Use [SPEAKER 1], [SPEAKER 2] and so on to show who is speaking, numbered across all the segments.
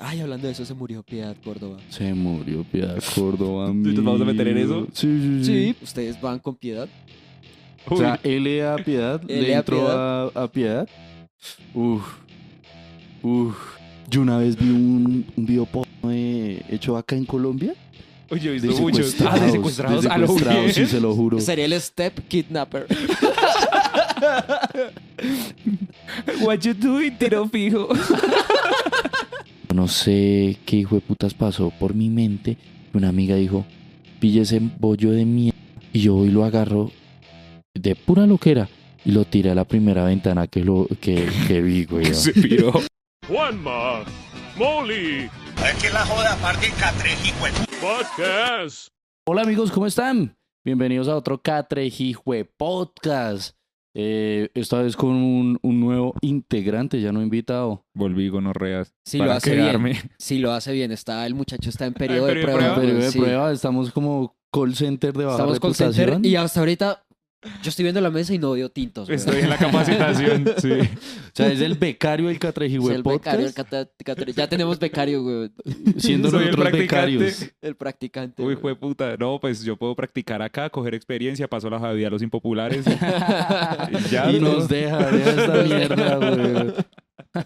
[SPEAKER 1] Ay, hablando de eso, se murió Piedad Córdoba.
[SPEAKER 2] Se murió Piedad Córdoba.
[SPEAKER 3] ¿Y nos vamos a meter en
[SPEAKER 2] amigo.
[SPEAKER 3] eso?
[SPEAKER 2] Sí, sí, sí.
[SPEAKER 1] Sí, ustedes van con Piedad.
[SPEAKER 2] O sea, L.A. Piedad le
[SPEAKER 1] L.A.
[SPEAKER 2] entró a, a Piedad. Uf. Uf. Yo una vez vi un, un video porno, eh, hecho acá en Colombia.
[SPEAKER 3] Uy, yo he
[SPEAKER 2] De
[SPEAKER 3] visto muchos. Ah, de secuestrados.
[SPEAKER 2] de
[SPEAKER 3] A lo
[SPEAKER 2] secuestrados, sí,
[SPEAKER 3] bien.
[SPEAKER 2] se lo juro.
[SPEAKER 1] Sería el Step Kidnapper.
[SPEAKER 3] What you doing, tiro fijo.
[SPEAKER 2] No sé qué hijo de putas pasó por mi mente. Una amiga dijo, pille ese bollo de mierda. Y yo hoy lo agarro de pura loquera y lo tiré a la primera ventana que, lo, que, que vi, güey.
[SPEAKER 3] Se piró.
[SPEAKER 4] Juanma, Molly,
[SPEAKER 5] Es que la joda parte en catrés, hijo de
[SPEAKER 4] Podcast.
[SPEAKER 2] Hola amigos, ¿cómo están? Bienvenidos a otro Catrejijue Podcast. Eh, esta vez con un, un nuevo integrante, ya no invitado.
[SPEAKER 3] Volví gonorreas.
[SPEAKER 1] Si
[SPEAKER 3] para
[SPEAKER 1] lo hace
[SPEAKER 3] quedarme.
[SPEAKER 1] bien. Si lo hace bien. Está, el muchacho está en periodo de
[SPEAKER 3] periodo de
[SPEAKER 1] prueba.
[SPEAKER 3] prueba.
[SPEAKER 2] Periodo de
[SPEAKER 1] Ah, sí.
[SPEAKER 2] prueba, estamos como call center de baja
[SPEAKER 1] Estamos con Center
[SPEAKER 2] reputación.
[SPEAKER 1] y hasta ahorita yo estoy viendo la mesa y no veo tintos. güey.
[SPEAKER 3] Estoy en la capacitación. Sí.
[SPEAKER 2] O sea, es el becario del
[SPEAKER 1] Es
[SPEAKER 2] Catrejijue
[SPEAKER 1] el becario, el
[SPEAKER 2] Podcast,
[SPEAKER 1] cata- catra- ya tenemos becario, güey,
[SPEAKER 2] siendo
[SPEAKER 3] Soy el
[SPEAKER 2] nosotros
[SPEAKER 3] practicante.
[SPEAKER 2] becarios.
[SPEAKER 1] el practicante.
[SPEAKER 3] Uy,
[SPEAKER 1] güey.
[SPEAKER 3] fue puta. No, pues yo puedo practicar acá, coger experiencia, paso la Javier a los impopulares. ya,
[SPEAKER 2] y
[SPEAKER 3] ¿no?
[SPEAKER 2] nos deja, deja esta mierda, güey.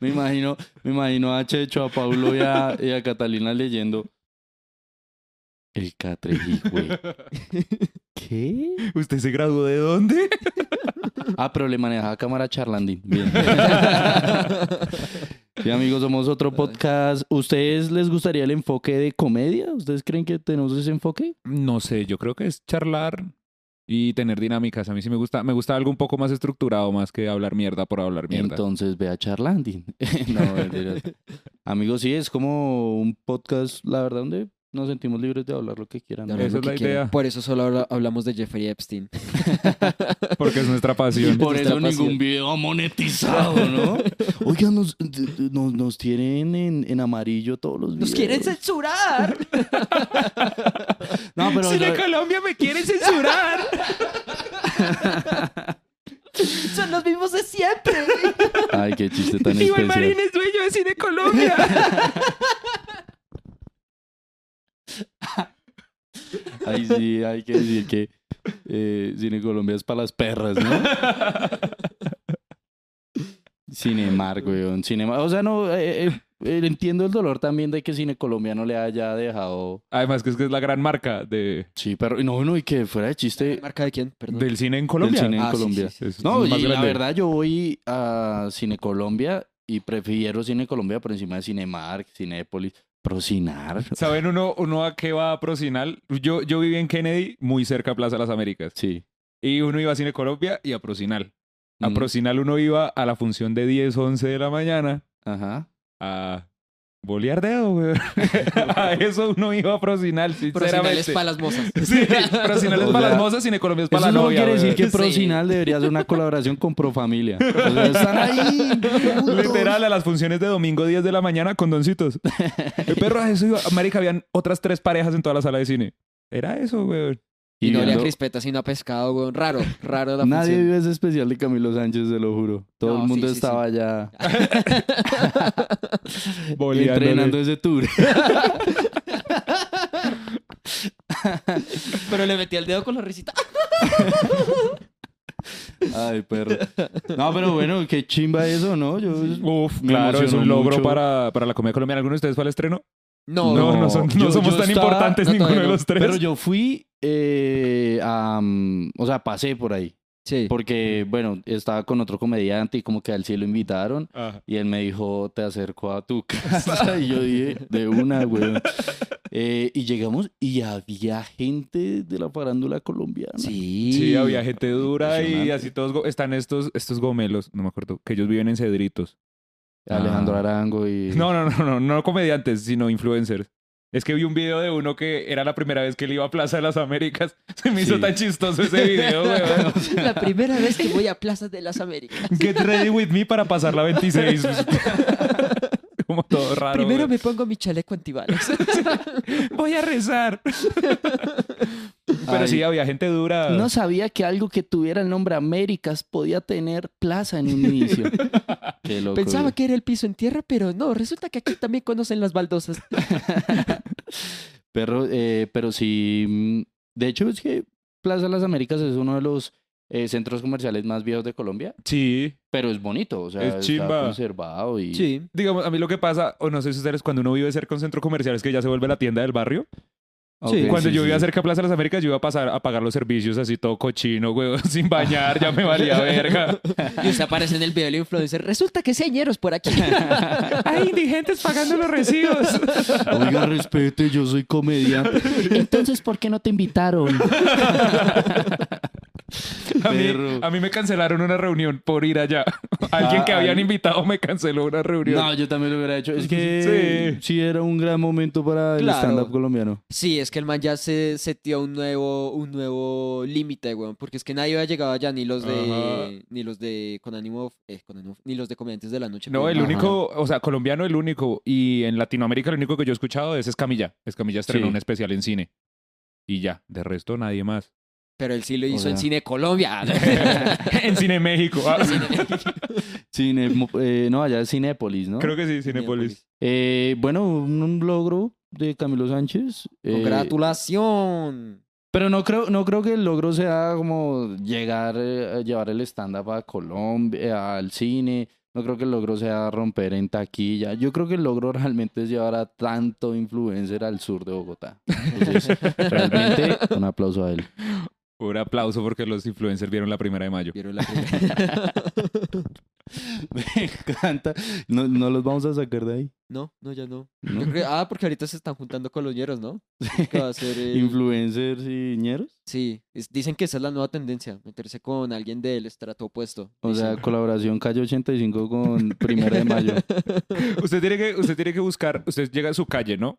[SPEAKER 2] me imagino, me imagino a Checho, a Paulo y a, y a Catalina leyendo. El Catrejijue. ¿Qué?
[SPEAKER 3] ¿Usted se graduó de dónde?
[SPEAKER 2] Ah, pero le manejaba cámara a Charlandín. Bien. Sí, amigos, somos otro podcast. ¿Ustedes les gustaría el enfoque de comedia? ¿Ustedes creen que tenemos ese enfoque?
[SPEAKER 3] No sé, yo creo que es charlar y tener dinámicas. A mí sí me gusta, me gusta algo un poco más estructurado, más que hablar mierda por hablar mierda.
[SPEAKER 2] Entonces ve a Charlandín. no, mentiras. Amigos, sí, es como un podcast, la verdad, donde nos sentimos libres de hablar lo que quieran.
[SPEAKER 1] Ya
[SPEAKER 2] ¿no?
[SPEAKER 1] no
[SPEAKER 3] Esa
[SPEAKER 1] lo
[SPEAKER 3] es
[SPEAKER 1] que
[SPEAKER 3] la
[SPEAKER 1] quieren.
[SPEAKER 3] idea.
[SPEAKER 1] Por eso solo habla- hablamos de Jeffrey Epstein.
[SPEAKER 3] Porque es nuestra pasión.
[SPEAKER 2] Por
[SPEAKER 1] Nuestra
[SPEAKER 2] eso
[SPEAKER 1] pasión.
[SPEAKER 2] ningún video monetizado, ¿no? Oigan, nos, nos, nos tienen en, en amarillo todos los videos.
[SPEAKER 1] ¡Nos quieren censurar!
[SPEAKER 2] No, pero yo-
[SPEAKER 3] Colombia me quieren censurar.
[SPEAKER 1] ¡Son los mismos de siempre!
[SPEAKER 2] Ay, qué chiste tan especial.
[SPEAKER 3] es dueño de Cine Colombia.
[SPEAKER 2] Ahí sí hay que decir que eh, Cine Colombia es para las perras, ¿no? Cinemar, weón. Cinemar. O sea, no, eh, eh, eh, entiendo el dolor también de que Cine Colombia no le haya dejado.
[SPEAKER 3] Además que es que es la gran marca de,
[SPEAKER 2] Sí, pero no, no, y que fuera de chiste
[SPEAKER 1] ¿Marca de quién? Perdón.
[SPEAKER 3] del cine en Colombia.
[SPEAKER 2] del cine en
[SPEAKER 1] Ah, sí,
[SPEAKER 2] Colombia.
[SPEAKER 1] sí,
[SPEAKER 3] Es
[SPEAKER 2] No, y
[SPEAKER 3] más
[SPEAKER 2] la
[SPEAKER 3] grande.
[SPEAKER 2] verdad yo voy a Cine Colombia y prefiero Cine Colombia por encima de Cinemark, Cinépolis, Procinar.
[SPEAKER 3] ¿Saben uno, uno a qué va a Procinal? Yo, yo vivía en Kennedy, muy cerca a Plaza de las Américas.
[SPEAKER 2] Sí.
[SPEAKER 3] Y uno iba a Cine Colombia y a Procinal. A
[SPEAKER 2] Mm,
[SPEAKER 3] Procinal uno iba a la función de 10, 11 de la mañana
[SPEAKER 2] Ajá.
[SPEAKER 3] a bolear dedo, güey. a eso uno iba a Procinal, sinceramente.
[SPEAKER 1] Procinales para las mozas.
[SPEAKER 3] Sí, Procinal es
[SPEAKER 2] O
[SPEAKER 3] para las
[SPEAKER 2] sea,
[SPEAKER 3] mozas, Cine Colombia es para
[SPEAKER 2] Eso
[SPEAKER 3] la
[SPEAKER 2] no
[SPEAKER 3] novia.
[SPEAKER 2] quiere decir que
[SPEAKER 1] Sí.
[SPEAKER 2] Procinal debería ser una colaboración con Profamilia. O sea, están ahí. juntos.
[SPEAKER 3] Literal, a las funciones de domingo 10 de la mañana con doncitos. El perro a eso iba. Marica, habían otras tres parejas en toda la sala de cine. Era eso, güey.
[SPEAKER 1] Y no olía a
[SPEAKER 2] viendo-
[SPEAKER 1] crispetas sino a pescado, weón. Raro, raro la
[SPEAKER 2] Nadie
[SPEAKER 1] función.
[SPEAKER 2] vio ese especial de Camilo Sánchez, se lo juro. Todo
[SPEAKER 1] No,
[SPEAKER 2] el mundo
[SPEAKER 1] sí, sí,
[SPEAKER 2] estaba allá
[SPEAKER 3] Boleándole.
[SPEAKER 2] entrenando ese tour.
[SPEAKER 1] Pero le metí el dedo con la risita. ¡Ah!
[SPEAKER 2] Ay, perro. No, pero bueno, qué chimba eso, ¿no? Yo,
[SPEAKER 3] Uf,
[SPEAKER 2] Me
[SPEAKER 3] claro, es
[SPEAKER 2] emocionó
[SPEAKER 3] un logro
[SPEAKER 2] mucho.
[SPEAKER 3] para, para la comedia colombiana. ¿Alguno de ustedes fue al estreno?
[SPEAKER 1] No,
[SPEAKER 3] no,
[SPEAKER 2] no.
[SPEAKER 3] son- no
[SPEAKER 2] Yo-
[SPEAKER 3] somos
[SPEAKER 2] yo
[SPEAKER 3] tan
[SPEAKER 2] estaba-
[SPEAKER 3] importantes
[SPEAKER 1] no,
[SPEAKER 3] ninguno
[SPEAKER 1] todavía
[SPEAKER 3] de
[SPEAKER 1] no.
[SPEAKER 3] los tres.
[SPEAKER 2] Pero yo fui, eh, a, mm, o sea, pasé por ahí.
[SPEAKER 1] Sí.
[SPEAKER 2] Porque, bueno, estaba con otro comediante y como que al cielo invitaron. Y él me dijo, te acerco a tu casa. y yo dije, de una, güey. y llegamos y había gente de la farándula colombiana.
[SPEAKER 1] Sí.
[SPEAKER 3] Sí, había gente dura y
[SPEAKER 2] Impresionante.
[SPEAKER 3] así todos go- están estos, estos gomelos, no me acuerdo, que ellos viven en Cedritos.
[SPEAKER 2] Alejandro
[SPEAKER 3] Ah.
[SPEAKER 2] Arango y...
[SPEAKER 3] No, no, no, no, no comediantes, sino influencers. Es que vi un video de uno que era la primera vez que él iba a Plaza de las Américas. Se me hizo
[SPEAKER 2] Sí.
[SPEAKER 3] tan chistoso ese video, weón.
[SPEAKER 1] La primera vez que voy a Plaza de las Américas.
[SPEAKER 3] Get ready with me para pasar la 26. Como todo raro.
[SPEAKER 1] Primero
[SPEAKER 3] weón.
[SPEAKER 1] me pongo mi chaleco antibalas.
[SPEAKER 3] voy a rezar. Pero
[SPEAKER 2] Ay.
[SPEAKER 3] sí, ah. había gente dura.
[SPEAKER 2] No sabía que algo que tuviera el nombre Américas podía tener plaza en un inicio. Qué loco.
[SPEAKER 1] Pensaba
[SPEAKER 2] güey.
[SPEAKER 1] que era el piso en tierra, pero no, resulta que aquí también conocen las baldosas.
[SPEAKER 2] Perro, eh, pero sí. mm, De hecho, es que Plaza de las Américas es uno de los eh, centros comerciales más viejos de Colombia,
[SPEAKER 3] Sí.
[SPEAKER 2] pero es bonito. O sea,
[SPEAKER 3] Es
[SPEAKER 2] está
[SPEAKER 3] chimba.
[SPEAKER 2] conservado y.
[SPEAKER 3] Digamos, a mí lo que pasa, o no sé si ustedes, cuando uno vive cerca de un centro comercial, es que ya se vuelve la tienda del barrio.
[SPEAKER 2] Ok,
[SPEAKER 1] Sí,
[SPEAKER 3] Cuando
[SPEAKER 2] sí,
[SPEAKER 3] yo
[SPEAKER 2] sí.
[SPEAKER 3] vivía cerca de Plaza de las Américas, yo iba a pasar a pagar los servicios así todo cochino, güey, sin bañar, ya me valía verga.
[SPEAKER 1] Y usted aparece en el video del influencer. Resulta que sí hay ñeros por aquí.
[SPEAKER 3] Hay indigentes pagando los recibos.
[SPEAKER 2] Oiga, respete, yo soy comediante. Entonces, ¿por qué no te invitaron?
[SPEAKER 3] A mí,
[SPEAKER 2] Perro.
[SPEAKER 3] a mí me cancelaron una reunión por ir allá. Alguien que
[SPEAKER 2] Ah,
[SPEAKER 3] habían
[SPEAKER 2] ay.
[SPEAKER 3] invitado me canceló una reunión.
[SPEAKER 2] No, yo también lo hubiera hecho. Es que sí, era un gran momento para el
[SPEAKER 1] Claro.
[SPEAKER 2] stand-up colombiano.
[SPEAKER 1] Sí, es que el man ya se setió un nuevo, un nuevo límite, weón. Porque es que nadie había llegado allá, ni los de,
[SPEAKER 3] Ajá.
[SPEAKER 1] ni los de con ánimo, eh, con ánimo- ni los de comediantes de la noche.
[SPEAKER 3] No,
[SPEAKER 1] pues,
[SPEAKER 3] el
[SPEAKER 1] ajá.
[SPEAKER 3] único, o sea, colombiano el único y en Latinoamérica el único que yo he escuchado es Escamilla. Escamilla estrenó
[SPEAKER 2] Sí.
[SPEAKER 3] un especial en cine. Y ya, de resto nadie más.
[SPEAKER 1] Pero él sí lo
[SPEAKER 2] O
[SPEAKER 1] hizo
[SPEAKER 2] sea.
[SPEAKER 1] en Cine Colombia.
[SPEAKER 3] en Cine México. ah.
[SPEAKER 2] Cine, eh, no, allá es Cinépolis, ¿no?
[SPEAKER 3] Creo que sí, Cinepolis.
[SPEAKER 2] Eh, bueno, un un logro de Camilo Sánchez. eh,
[SPEAKER 1] Congratulación.
[SPEAKER 2] pero no creo, no creo que el logro sea como llegar eh, a llevar el stand-up a Colombia, eh, al cine. No creo que el logro sea romper en taquilla. Yo creo que el logro realmente es llevar a tanto influencer al sur de Bogotá. Entonces, realmente, un aplauso a él.
[SPEAKER 3] Un aplauso porque los influencers vieron la primera de mayo.
[SPEAKER 1] Vieron la primera.
[SPEAKER 2] Me encanta. No, no los vamos a sacar de ahí.
[SPEAKER 1] No, no, ya no.
[SPEAKER 2] ¿no?
[SPEAKER 1] Yo creo- ah, porque ahorita se están juntando con los ñeros, ¿no? Creo que va a ser el-
[SPEAKER 2] Influencers y ñeros.
[SPEAKER 1] Sí, es- dicen que esa es la nueva tendencia, meterse con alguien del estrato opuesto.
[SPEAKER 2] O
[SPEAKER 1] dicen.
[SPEAKER 2] sea, colaboración Calle 85 con Primera de Mayo.
[SPEAKER 3] Usted tiene, que, usted tiene que buscar, usted llega a su calle, ¿no?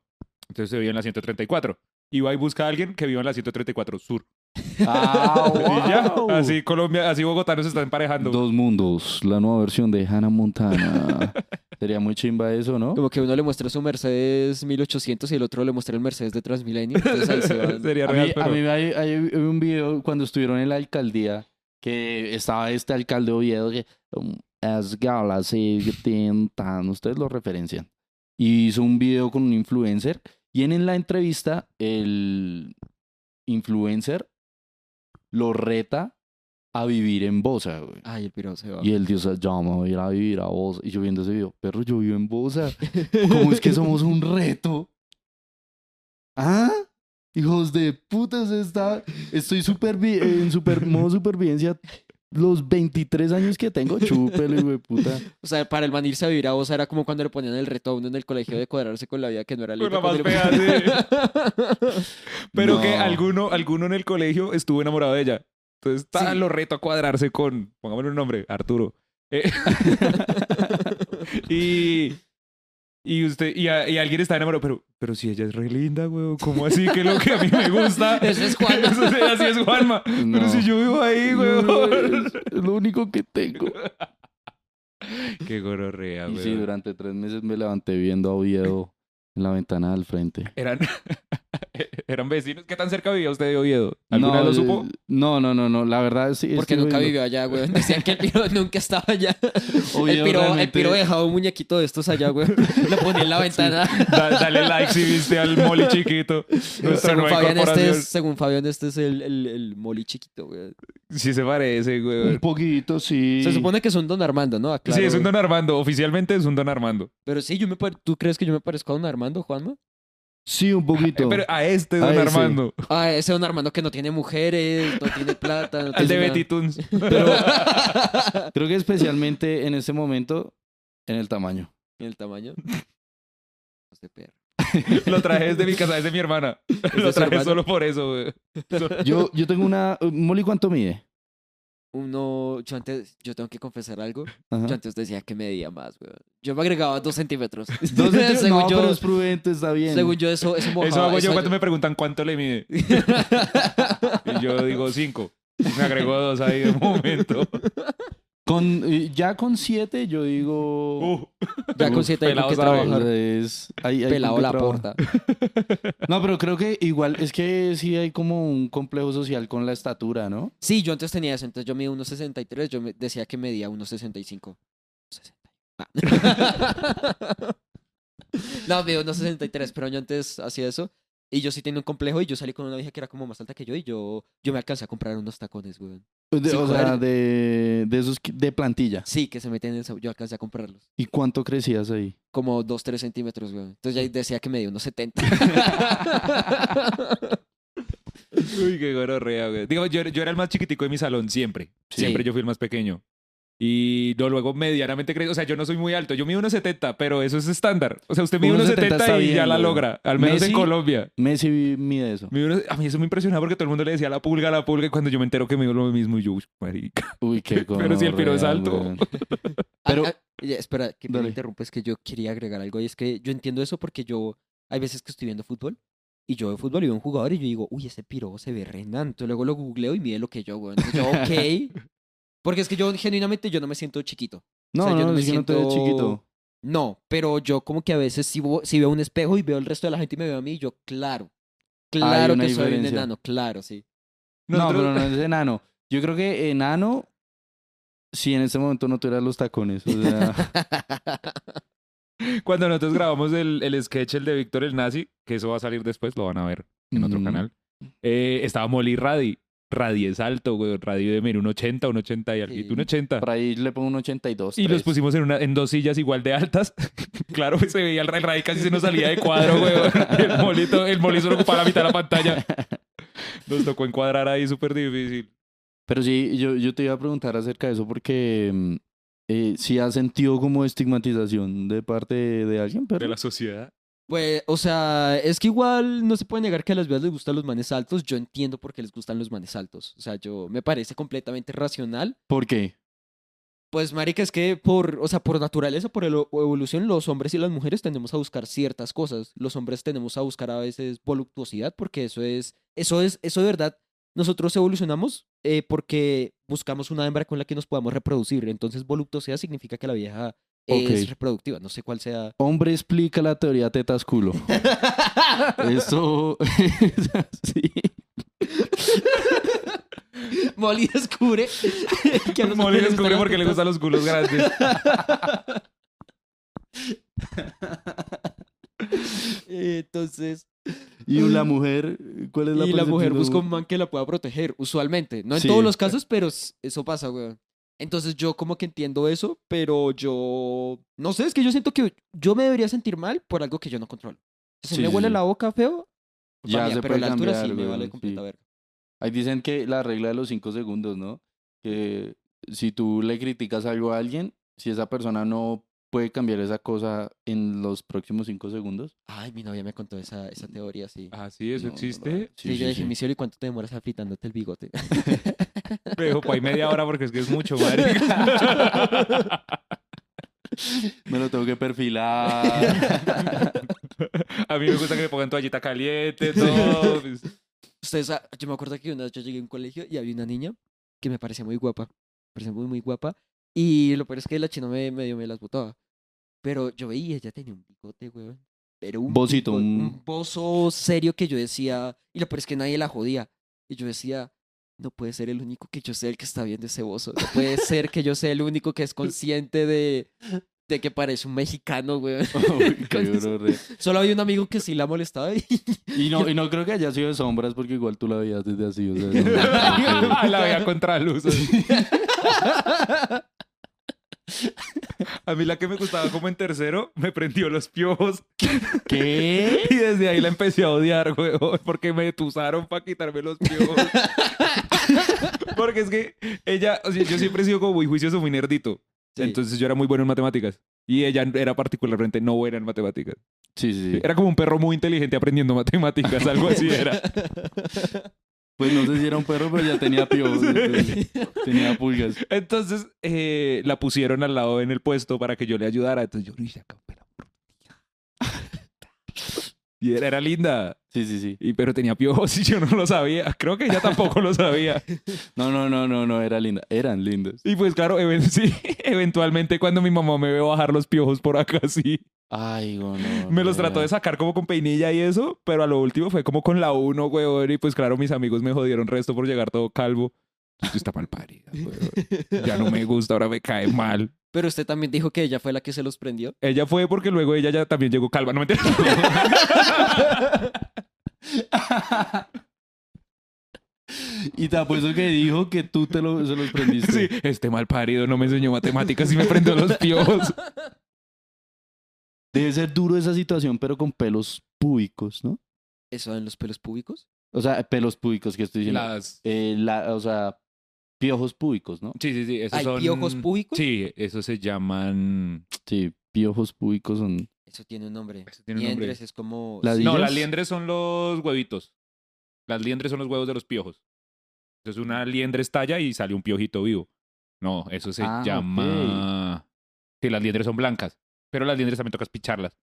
[SPEAKER 3] Entonces se vive en la 134. Y va y busca a alguien que viva en la 134 Sur.
[SPEAKER 2] ¡Ah,
[SPEAKER 3] Y ya,
[SPEAKER 2] wow!
[SPEAKER 3] así Colombia, así Bogotá nos está emparejando.
[SPEAKER 2] Dos mundos, la nueva versión de Hannah Montana. Sería muy chimba eso, ¿no?
[SPEAKER 1] Como que uno le muestra su Mercedes 1800 y el otro le muestra el Mercedes de Transmilenio. Entonces ahí se van.
[SPEAKER 3] Sería
[SPEAKER 2] A
[SPEAKER 3] real,
[SPEAKER 2] mí, a
[SPEAKER 3] pero...
[SPEAKER 2] mí hay, hay un video cuando estuvieron en la alcaldía que estaba este alcalde Oviedo que um, es que habla así, que tin, tan", ustedes lo referencian. Y hizo un video con un influencer y en, en la entrevista el influencer lo reta a vivir en Bosa, güey.
[SPEAKER 1] Ay, el piro se va.
[SPEAKER 2] Y él dice, ya me voy a ir a vivir a Bosa. Y yo viendo ese video, perro, yo vivo en Bosa. ¿Cómo es que somos un reto? ¿Ah? Hijos de putas, está... estoy supervi- en super modo supervivencia los 23 años que tengo. Chúpelo, hijo de puta.
[SPEAKER 1] O sea, para el man irse a vivir a vos era como cuando le ponían el reto a uno en el colegio de cuadrarse con la vida que no era
[SPEAKER 3] Con
[SPEAKER 1] libre.
[SPEAKER 3] la
[SPEAKER 1] cuando
[SPEAKER 3] más
[SPEAKER 1] le
[SPEAKER 3] fea,
[SPEAKER 1] ponían-
[SPEAKER 3] sí. Pero que
[SPEAKER 2] No.
[SPEAKER 3] alguno, alguno en el colegio estuvo enamorado de ella. Entonces ta,
[SPEAKER 1] Sí.
[SPEAKER 3] lo reto a cuadrarse con, pongámosle un nombre, Arturo. Eh, y, y usted, y, a- y alguien está enamorado, pero, pero si ella es re linda, güey, ¿cómo así? Que lo que a mí me gusta.
[SPEAKER 1] Eso es Juanma.
[SPEAKER 3] Eso es- así es Juanma.
[SPEAKER 2] No.
[SPEAKER 3] Pero si yo vivo ahí,
[SPEAKER 2] No,
[SPEAKER 3] güey.
[SPEAKER 2] es lo único que tengo.
[SPEAKER 3] Qué gororrea,
[SPEAKER 2] Y
[SPEAKER 3] güey.
[SPEAKER 2] sí, durante tres meses me levanté viendo a Oviedo en la ventana del frente.
[SPEAKER 3] Eran, eran vecinos. ¿Qué tan cerca vivía usted de Oviedo? ¿Alguna vez lo
[SPEAKER 2] yo-
[SPEAKER 3] supo?
[SPEAKER 2] eh, No, no, no, no. La verdad sí.
[SPEAKER 1] Porque
[SPEAKER 2] estoy
[SPEAKER 1] nunca
[SPEAKER 2] viendo-
[SPEAKER 1] vivió allá, güey. Decían que el piro nunca estaba allá.
[SPEAKER 2] Oviedo
[SPEAKER 1] el, piro, el
[SPEAKER 2] realmente-
[SPEAKER 1] piro dejaba un muñequito de estos allá, güey. Lo ponía en la ventana.
[SPEAKER 3] Da- dale like si viste al Molly chiquito. Nuestra
[SPEAKER 1] según,
[SPEAKER 3] nueva
[SPEAKER 1] Fabián este
[SPEAKER 3] corporación.
[SPEAKER 1] es, según Fabián, este es el, el, el moli chiquito, güey.
[SPEAKER 3] Sí se parece, güey.
[SPEAKER 2] Un poquito, sí.
[SPEAKER 1] Se supone que es un don Armando, ¿no? Aclaro,
[SPEAKER 3] Sí, es un
[SPEAKER 1] güey.
[SPEAKER 3] Don Armando. Oficialmente es un Don Armando.
[SPEAKER 1] Pero sí, yo me pare- ¿tú crees que yo me parezco a don Armando, Juanma?
[SPEAKER 2] Sí, un
[SPEAKER 3] Eh,
[SPEAKER 2] poquito.
[SPEAKER 3] Pero a este Don
[SPEAKER 2] Oh. ese.
[SPEAKER 3] Armando.
[SPEAKER 1] Ah, ese don Armando que no tiene mujeres, no tiene plata. No
[SPEAKER 3] Al
[SPEAKER 1] tiene
[SPEAKER 3] de
[SPEAKER 1] nada.
[SPEAKER 3] Betty Toons.
[SPEAKER 2] Creo que especialmente en este momento, en el tamaño.
[SPEAKER 1] Ni el tamaño. Hijos de perra.
[SPEAKER 3] Lo traje desde mi casa, es de mi hermana. Lo
[SPEAKER 1] de su
[SPEAKER 3] traje
[SPEAKER 1] hermana?
[SPEAKER 3] solo por eso, güey.
[SPEAKER 2] Yo, yo tengo una... Molly, ¿cuánto mide?
[SPEAKER 1] Uno, yo antes, yo tengo que confesar algo.
[SPEAKER 2] Ajá.
[SPEAKER 3] Ah.
[SPEAKER 1] Yo antes decía que medía más, güey. Yo me agregaba dos centímetros.
[SPEAKER 2] Dos centímetros-
[SPEAKER 1] según,
[SPEAKER 2] no,
[SPEAKER 1] yo,
[SPEAKER 2] pero es prudente, está bien.
[SPEAKER 1] según yo, eso, eso mojaba.
[SPEAKER 3] Eso hago yo
[SPEAKER 1] eso
[SPEAKER 3] cuando me preguntan cuánto le mide. Y yo digo cinco. Me agregó dos ahí de momento.
[SPEAKER 2] Con, eh, ya con siete, yo digo.
[SPEAKER 3] Uh,
[SPEAKER 1] Ya con
[SPEAKER 3] Uf,
[SPEAKER 1] siete hay con
[SPEAKER 3] pelado
[SPEAKER 1] qué
[SPEAKER 3] sabe.
[SPEAKER 1] trabajar.
[SPEAKER 2] es- hay- hay
[SPEAKER 1] Pelado
[SPEAKER 2] con qué
[SPEAKER 1] la
[SPEAKER 2] trabajar.
[SPEAKER 1] porta.
[SPEAKER 2] No, pero creo que igual es que sí hay como un complejo social con la estatura, ¿no?
[SPEAKER 1] Sí, yo antes tenía eso, entonces yo medía 1.63, yo me- decía que medía 1.65. 60. Ah. no, mido 1.63, pero yo antes hacía eso. Y yo sí tenía un complejo y yo salí con una vieja que era como más alta que yo y yo, yo me alcancé a comprar unos tacones, weón.
[SPEAKER 2] De-
[SPEAKER 1] Sí,
[SPEAKER 2] o sea,
[SPEAKER 1] joder.
[SPEAKER 2] de, de esos que- de plantilla.
[SPEAKER 1] Sí, que se meten en el... sab- Yo alcancé a comprarlos.
[SPEAKER 2] ¿Y cuánto crecías ahí?
[SPEAKER 1] Como 2, 3 centímetros, weón. Entonces ya decía que medía 1.70.
[SPEAKER 3] uy, qué gororrea, güey. Digo, yo, yo era el más chiquitico de mi salón, siempre.
[SPEAKER 1] Sí.
[SPEAKER 3] Siempre yo fui el más pequeño. Y no, luego medianamente creí. O sea, yo no soy muy alto. Yo mido 1,70, pero eso es estándar. O sea, usted mide
[SPEAKER 2] 1,70 está
[SPEAKER 3] 1,70 y ya
[SPEAKER 2] bien,
[SPEAKER 3] la
[SPEAKER 2] güey.
[SPEAKER 3] logra. Al menos
[SPEAKER 2] Messi-
[SPEAKER 3] en Colombia.
[SPEAKER 2] Messi mide eso.
[SPEAKER 3] Mido uno- a mí eso me impresionaba porque todo el mundo le decía la pulga, la pulga. Y cuando yo me entero que me dio lo mismo, y yo, uy, marica.
[SPEAKER 2] Uy, qué
[SPEAKER 3] Pero si el piro es
[SPEAKER 2] gonorrea,
[SPEAKER 3] alto.
[SPEAKER 2] weón.
[SPEAKER 1] Ah,
[SPEAKER 2] Pero-
[SPEAKER 1] ah, ya, espera, que me
[SPEAKER 2] Dale.
[SPEAKER 1] interrumpa, es que yo quería agregar algo y es que yo entiendo eso porque yo hay veces que estoy viendo fútbol y yo veo fútbol y veo un jugador y yo digo, uy, ese piro se ve renanto, luego lo googleo y mide lo que yo, güey. Entonces yo, ok. Porque es que yo genuinamente yo no me siento chiquito. O
[SPEAKER 2] No,
[SPEAKER 1] sea, yo
[SPEAKER 2] no,
[SPEAKER 1] no me
[SPEAKER 2] es que no te ves
[SPEAKER 1] siento-
[SPEAKER 2] chiquito.
[SPEAKER 1] No, pero yo como que a veces si, veo un espejo y veo el resto de la gente y me veo a mí y yo, claro, claro
[SPEAKER 2] una
[SPEAKER 1] que soy un
[SPEAKER 2] diferencia.
[SPEAKER 1] enano, claro, sí.
[SPEAKER 2] No,
[SPEAKER 3] Nosotros-
[SPEAKER 2] pero no es enano. Yo creo que enano, si en este momento no tuvieras los tacones. O sea,
[SPEAKER 3] Cuando nosotros grabamos el, el sketch, el de Víctor el Nazi, que eso va a salir después, lo van a ver en otro
[SPEAKER 2] Mm.
[SPEAKER 3] canal. eh, estaba Molly Radi. Radi es alto, güey. Radi de mira, un 80, un 80 y algo.
[SPEAKER 1] Sí.
[SPEAKER 3] Un 80.
[SPEAKER 2] por ahí le pongo un 82.
[SPEAKER 3] Y los
[SPEAKER 2] tres.
[SPEAKER 3] pusimos en, una, en dos sillas igual de altas. claro, pues, se veía el Radi, Radi casi se nos salía de cuadro, güey. El molito, el molito solo ocupaba la mitad de la pantalla. Nos tocó encuadrar ahí súper difícil.
[SPEAKER 2] Pero sí, yo, yo te iba a preguntar acerca de eso porque mm, eh, si has sentido como estigmatización de parte de alguien, pero...
[SPEAKER 3] De la sociedad.
[SPEAKER 1] Pues, o sea, es que igual no se puede negar que a las veces les gustan los manes altos. Yo entiendo por qué les gustan los manes altos. O sea, yo me parece completamente racional.
[SPEAKER 2] ¿Por qué?
[SPEAKER 1] Pues, marica, es que por, o sea, por naturaleza, por elo- evolución, los hombres y las mujeres tendemos a buscar ciertas cosas. Los hombres tendemos a buscar a veces voluptuosidad, porque eso es, eso es, eso de verdad. Nosotros evolucionamos eh, porque buscamos una hembra con la que nos podamos reproducir. Entonces, voluptuosidad significa que la vieja
[SPEAKER 2] Ok.
[SPEAKER 1] es reproductiva. No sé cuál sea.
[SPEAKER 2] Hombre explica la teoría tetas culo. Eso es así.
[SPEAKER 1] Molly descubre que a los
[SPEAKER 3] Molly
[SPEAKER 1] hombres les
[SPEAKER 3] descubre
[SPEAKER 1] gustan
[SPEAKER 3] por qué le
[SPEAKER 1] las
[SPEAKER 3] gustan los culos grandes.
[SPEAKER 1] tetas. Entonces,
[SPEAKER 2] Y la mujer, ¿cuál es la
[SPEAKER 1] y la mujer
[SPEAKER 2] percepción?
[SPEAKER 1] busca un man que la pueda proteger, usualmente. No en
[SPEAKER 2] Sí.
[SPEAKER 1] todos los casos, pero s- eso pasa, weón. Entonces yo como que entiendo eso, pero yo... No sé, es que yo siento que yo me debería sentir mal por algo que yo no controlo. Si
[SPEAKER 2] Sí,
[SPEAKER 1] me
[SPEAKER 2] sí,
[SPEAKER 1] huele
[SPEAKER 2] sí.
[SPEAKER 1] la boca feo, culpa
[SPEAKER 2] Ya
[SPEAKER 1] mía,
[SPEAKER 2] se
[SPEAKER 1] pero
[SPEAKER 2] puede
[SPEAKER 1] la altura
[SPEAKER 2] cambiar,
[SPEAKER 1] sí me
[SPEAKER 2] weón,
[SPEAKER 1] vale
[SPEAKER 2] sí.
[SPEAKER 1] completa verga.
[SPEAKER 2] Ahí dicen que la regla de los cinco segundos, ¿no? Que si tú le criticas algo a alguien, si esa persona no puede cambiar esa cosa en los próximos cinco segundos.
[SPEAKER 1] Ay, mi novia me contó esa, esa teoría, sí.
[SPEAKER 3] Ah, sí, eso
[SPEAKER 2] no, no la-
[SPEAKER 3] existe.
[SPEAKER 1] Sí, yo dije, mi cielo, ¿y cuánto te demoras afeitándote el bigote?
[SPEAKER 3] Me dijo, pues ahí media hora porque es que es mucho, marica.
[SPEAKER 2] Me lo tengo que perfilar.
[SPEAKER 3] A mí me gusta que me pongan toallita caliente, todo. pues.
[SPEAKER 1] Ustedes, sa- yo me acuerdo que una vez yo llegué a un colegio y había una niña que me parecía muy guapa. Me parecía muy, muy guapa. Y lo peor es que la china me, medio me las botaba. Pero yo veía, ella tenía un bigote, weón. Pero un
[SPEAKER 2] Bocito,
[SPEAKER 1] bigo-
[SPEAKER 2] un-
[SPEAKER 1] un bozo serio que yo decía. Y lo peor es que nadie la jodía. Y yo decía, no puede ser el único que yo sea el que está viendo ese bozo. No puede ser que yo sea el único que es consciente de, de que parece un mexicano, weón.
[SPEAKER 2] Uy, qué horror.
[SPEAKER 1] Solo había un amigo que sí la molestaba y
[SPEAKER 2] Y no, y no creo que haya sido de sombras porque igual tú la veías desde así. O sea, no, no creo.
[SPEAKER 3] Ah, La veía contra luz. A mí la que me gustaba como en tercero me prendió los piojos
[SPEAKER 2] ¿Qué?
[SPEAKER 3] y desde ahí la empecé a odiar, güey, porque me tusaron para quitarme los piojos. Porque es que ella, o sea, yo siempre he sido como muy juicioso, muy nerdito.
[SPEAKER 1] Sí.
[SPEAKER 3] Entonces yo era muy bueno en matemáticas y ella era particularmente no buena en matemáticas.
[SPEAKER 2] Sí, sí, sí.
[SPEAKER 3] Era como un perro muy inteligente aprendiendo matemáticas, algo así era.
[SPEAKER 2] Pues no sé si era un perro, pero ya tenía piojos. entonces, Tenía pulgas.
[SPEAKER 3] Entonces eh, la pusieron al lado en el puesto para que yo le ayudara. Entonces yo, uy, ya acabó, pero- Y era, era linda.
[SPEAKER 2] Sí, sí, sí.
[SPEAKER 3] Y, pero tenía piojos y yo no lo sabía. Creo que ella tampoco lo sabía.
[SPEAKER 2] No, no, no, no, no, era linda. Eran lindas.
[SPEAKER 3] Y pues claro, even- sí, eventualmente cuando mi mamá me ve bajar los piojos por acá, sí.
[SPEAKER 2] Ay, no.
[SPEAKER 3] Me los trató de sacar como con peinilla y eso, pero a lo último fue como con la uno, weón. Y pues claro, mis amigos me jodieron resto por llegar todo calvo. Yo está mal parida, weón. Ya no me gusta, ahora me cae mal.
[SPEAKER 1] Pero usted también dijo que ella fue la que se los prendió.
[SPEAKER 3] Ella fue porque luego ella ya también llegó calva, no me entiendes.
[SPEAKER 2] Y te apuesto que dijo que tú te lo, se los prendiste.
[SPEAKER 3] Sí, este mal parido no me enseñó matemáticas y me prendió los piojos.
[SPEAKER 2] Debe ser duro esa situación, pero con pelos púbicos, ¿no?
[SPEAKER 1] ¿Eso en los pelos públicos?
[SPEAKER 2] O sea, pelos púbicos que estoy diciendo.
[SPEAKER 3] Las...
[SPEAKER 2] Eh, la- o sea, piojos púbicos, ¿no?
[SPEAKER 3] Sí, sí, sí. Esos
[SPEAKER 1] ¿Hay piojos públicos?
[SPEAKER 3] Sí, esos se llaman...
[SPEAKER 2] Sí, piojos públicos son...
[SPEAKER 1] Eso tiene un nombre.
[SPEAKER 3] Eso tiene un nombre.
[SPEAKER 1] Liendres es como...
[SPEAKER 2] La
[SPEAKER 1] sí,
[SPEAKER 2] di-
[SPEAKER 3] No, las
[SPEAKER 2] ¿Ladillas?
[SPEAKER 3] liendres son los huevitos. Las liendres son los huevos de los piojos. Entonces una liendre estalla y sale un piojito vivo. No, eso se
[SPEAKER 2] Ah,
[SPEAKER 3] llama... Sí, las liendres son blancas. Pero las liendres también tocas picharlas.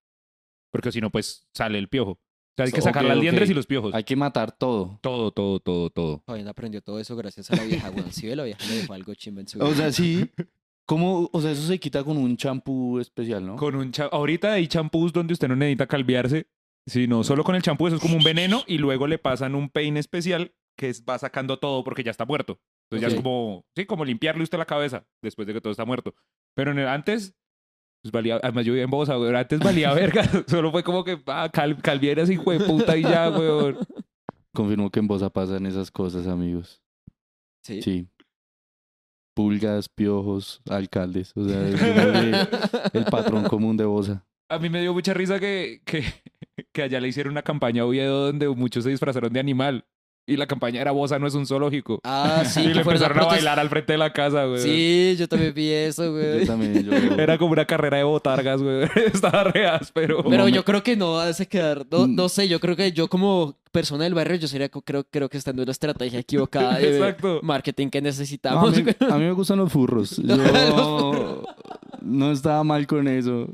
[SPEAKER 3] Porque si no, pues sale el piojo. O sea, hay que
[SPEAKER 2] Ok,
[SPEAKER 3] sacar las
[SPEAKER 2] ok.
[SPEAKER 3] liendres y los piojos.
[SPEAKER 2] Hay que matar todo.
[SPEAKER 3] Todo, todo, todo, todo.
[SPEAKER 1] Fabián aprendió todo eso gracias a la vieja, weón. Sí, la vieja le dejó algo chimba en su
[SPEAKER 2] O
[SPEAKER 1] vida.
[SPEAKER 2] sea, sí. ¿Cómo? O sea, eso se quita con un champú especial, ¿no?
[SPEAKER 3] Con un cha- Ahorita hay champús donde usted no necesita calviarse, sino solo con el champú, eso es como un veneno, y luego le pasan un peine especial que es- va sacando todo porque ya está muerto. Entonces ya es
[SPEAKER 2] Ok.
[SPEAKER 3] como, sí, como limpiarle usted la cabeza después de que todo está muerto. Pero en el antes, pues valía, además yo vivía en Bogotá, güey, antes valía verga, solo fue como que, ah, cal, calvieras, hijo de puta, y ya, weón.
[SPEAKER 2] Confirmo que en Bosa pasan esas cosas, amigos.
[SPEAKER 1] Sí.
[SPEAKER 2] Sí. Pulgas, piojos, alcaldes. O sea, es como el, el patrón común de Bosa.
[SPEAKER 3] A mí me dio mucha risa que, que, que allá le hicieron una campaña a Oviedo donde muchos se disfrazaron de animal. Y la campaña era Bosa no es un zoológico.
[SPEAKER 1] Ah, sí.
[SPEAKER 3] y
[SPEAKER 1] que
[SPEAKER 3] le
[SPEAKER 1] fueron
[SPEAKER 3] empezaron a
[SPEAKER 1] protest-
[SPEAKER 3] bailar al frente de la casa, güey.
[SPEAKER 1] Sí, yo también vi eso,
[SPEAKER 2] Yo
[SPEAKER 1] güey.
[SPEAKER 2] también. Yo,
[SPEAKER 3] Era como una carrera de botargas, güey. Estaba reas, pero...
[SPEAKER 1] Pero
[SPEAKER 2] me-
[SPEAKER 1] yo creo que no hace quedar, no,
[SPEAKER 2] Mm.
[SPEAKER 1] no sé, yo creo que yo como persona del barrio, yo sería, co- creo, creo que está en una estrategia equivocada de
[SPEAKER 3] Exacto.
[SPEAKER 1] marketing que necesitamos.
[SPEAKER 2] No, a, mí,
[SPEAKER 1] güey.
[SPEAKER 2] a mí me gustan los furros. Yo no estaba mal con eso.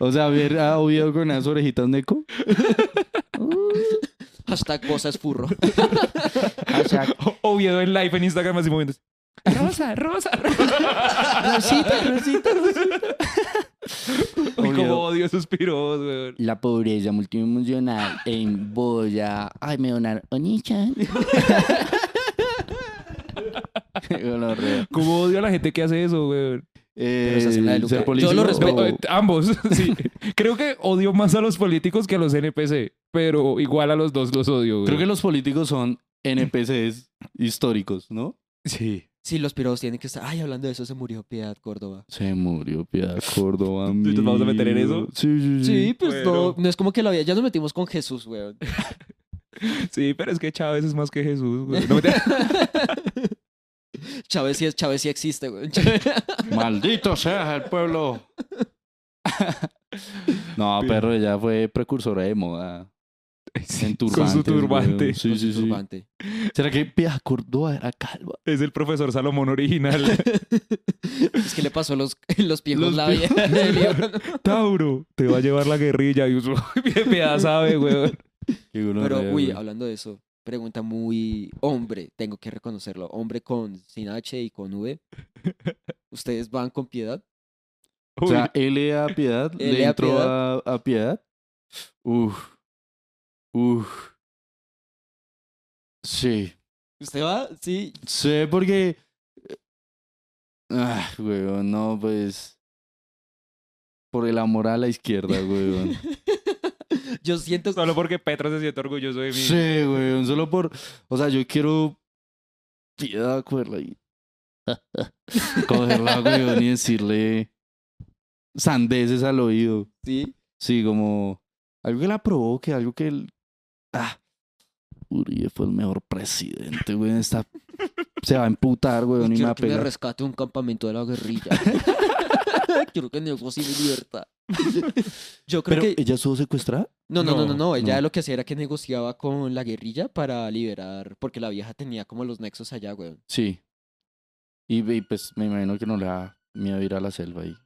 [SPEAKER 2] O sea, ver a Oviedo con esas orejitas neco.
[SPEAKER 1] Hashtag cosas furro.
[SPEAKER 3] O- Oviedo en live en Instagram así moviéndose. Rosa, Rosa, Rosa.
[SPEAKER 1] Rosita, Rosita.
[SPEAKER 3] Uy,
[SPEAKER 2] Oviedo.
[SPEAKER 3] como odio esos piros, güey.
[SPEAKER 2] La pobreza multidimensional en Boya. Ay, me donaron Onichan.
[SPEAKER 3] Como odio a la gente que hace eso, güey.
[SPEAKER 1] Pero esa es
[SPEAKER 2] Eh,
[SPEAKER 1] la de Luca. Yo lo respeto.
[SPEAKER 3] No, eh, ambos, sí. Creo que odio más a los políticos que a los NPC. Pero igual a los dos los odio, güey.
[SPEAKER 2] Creo que los políticos son NPCs históricos, ¿no?
[SPEAKER 3] Sí.
[SPEAKER 1] Sí, los piros tienen que estar. Ay, hablando de eso, se murió Piedad Córdoba.
[SPEAKER 2] Se murió Piedad Córdoba.
[SPEAKER 3] ¿Y nos vamos a meter en
[SPEAKER 2] amigo.
[SPEAKER 3] eso?
[SPEAKER 2] Sí, sí, sí.
[SPEAKER 1] Sí, pues
[SPEAKER 3] Bueno.
[SPEAKER 1] no, no es como que la vida. Ya nos metimos con Jesús, weón.
[SPEAKER 3] Sí, pero es que Chávez es más que Jesús, güey. No, mentira.
[SPEAKER 1] Chávez sí, es- Chávez sí existe, weón. Chávez-
[SPEAKER 2] Maldito seas el pueblo. no, perro, ella fue precursora de moda. En
[SPEAKER 3] Con
[SPEAKER 2] turbantes,
[SPEAKER 3] su turbante.
[SPEAKER 2] weón. Sí,
[SPEAKER 1] con su
[SPEAKER 2] sí, sí.
[SPEAKER 1] turbante.
[SPEAKER 2] ¿Será que Piedad Córdoba era calva?
[SPEAKER 3] Es el profesor Salomón original.
[SPEAKER 1] Es que le pasó los, los piejos
[SPEAKER 2] Los
[SPEAKER 1] la vida. del libro, ¿no?
[SPEAKER 3] Tauro, te va a llevar la guerrilla. Y uso, bien piedad sabe, güey.
[SPEAKER 2] Qué gonorrea,
[SPEAKER 1] Pero, uy,
[SPEAKER 2] güey.
[SPEAKER 1] hablando de eso, pregunta muy hombre, tengo que reconocerlo. Hombre con sin H y con V. ¿Ustedes van con piedad?
[SPEAKER 2] O sea, L a Piedad
[SPEAKER 1] L
[SPEAKER 2] le
[SPEAKER 1] a
[SPEAKER 2] entró a, a Piedad. Uf. Uf. Sí.
[SPEAKER 1] ¿Usted va? Sí.
[SPEAKER 2] Sí, porque. Ah, weón, no, pues. Por el amor a la izquierda, weón.
[SPEAKER 1] Yo siento
[SPEAKER 3] Solo porque Petra se siente orgulloso de mí.
[SPEAKER 2] Sí, weón, solo por. O sea, yo quiero. Piedad, cogerla y. cogerla, weón, y decirle. Sandeces al oído.
[SPEAKER 1] sí.
[SPEAKER 2] Sí, como algo que la provoque, algo que el... Ah, Uribe fue el mejor presidente, güey. Está... Se va a emputar, güey,
[SPEAKER 1] Uy,
[SPEAKER 2] ni me
[SPEAKER 1] quiero
[SPEAKER 2] va a
[SPEAKER 1] que me
[SPEAKER 2] pegar.
[SPEAKER 1] rescate un campamento de la guerrilla. quiero que negocie mi libertad. Yo creo
[SPEAKER 2] Pero
[SPEAKER 1] que...
[SPEAKER 2] ella estuvo secuestrada.
[SPEAKER 1] No, no, no, no,
[SPEAKER 3] No,
[SPEAKER 1] no. Ella
[SPEAKER 2] no.
[SPEAKER 1] lo que hacía era que negociaba con la guerrilla para liberar, porque la vieja tenía como los nexos allá, weón.
[SPEAKER 2] Sí. Y, y, pues me imagino que no le da miedo ir a la selva ahí.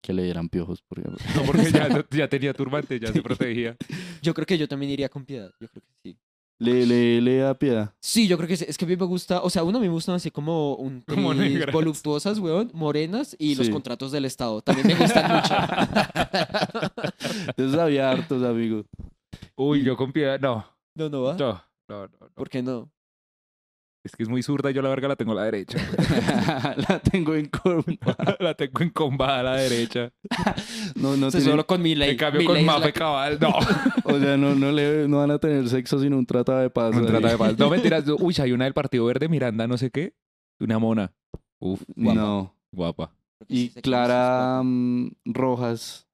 [SPEAKER 2] que le dieran piojos. Por ejemplo.
[SPEAKER 3] No, porque ya, ya tenía turbante, ya se protegía.
[SPEAKER 1] Yo creo que yo también iría con piedad. Yo creo que sí.
[SPEAKER 2] le, le, le da piedad.
[SPEAKER 1] Sí, yo creo que sí. Es que a mí me gusta, o sea, uno a mí me gustan así como un
[SPEAKER 3] Como
[SPEAKER 1] tenis
[SPEAKER 3] negras.
[SPEAKER 1] voluptuosas, weón, morenas y los
[SPEAKER 2] Sí.
[SPEAKER 1] contratos del Estado. También me gustan mucho.
[SPEAKER 2] Eso sabía hartos, amigos.
[SPEAKER 3] Uy, yo con piedad, no,
[SPEAKER 1] No, no va.
[SPEAKER 3] no, no, no, no.
[SPEAKER 1] ¿Por qué no?
[SPEAKER 3] Es que es muy zurda y yo la verga la tengo a la derecha.
[SPEAKER 2] la tengo en curva.
[SPEAKER 3] la tengo encombada a la derecha.
[SPEAKER 2] No, no
[SPEAKER 1] O sea,
[SPEAKER 2] tiene-
[SPEAKER 1] solo con mi ley.
[SPEAKER 3] En cambio, con Mafe Cabal, no.
[SPEAKER 2] O sea, no, no, le, no van a tener sexo sin un trata de paz.
[SPEAKER 3] Un
[SPEAKER 2] ahí.
[SPEAKER 3] trata de paz. No mentiras. no. Uy, hay una del Partido Verde, Miranda, no sé qué. Una mona. Uf, guapa.
[SPEAKER 2] No.
[SPEAKER 3] guapa.
[SPEAKER 2] Y Clara mm, Rojas.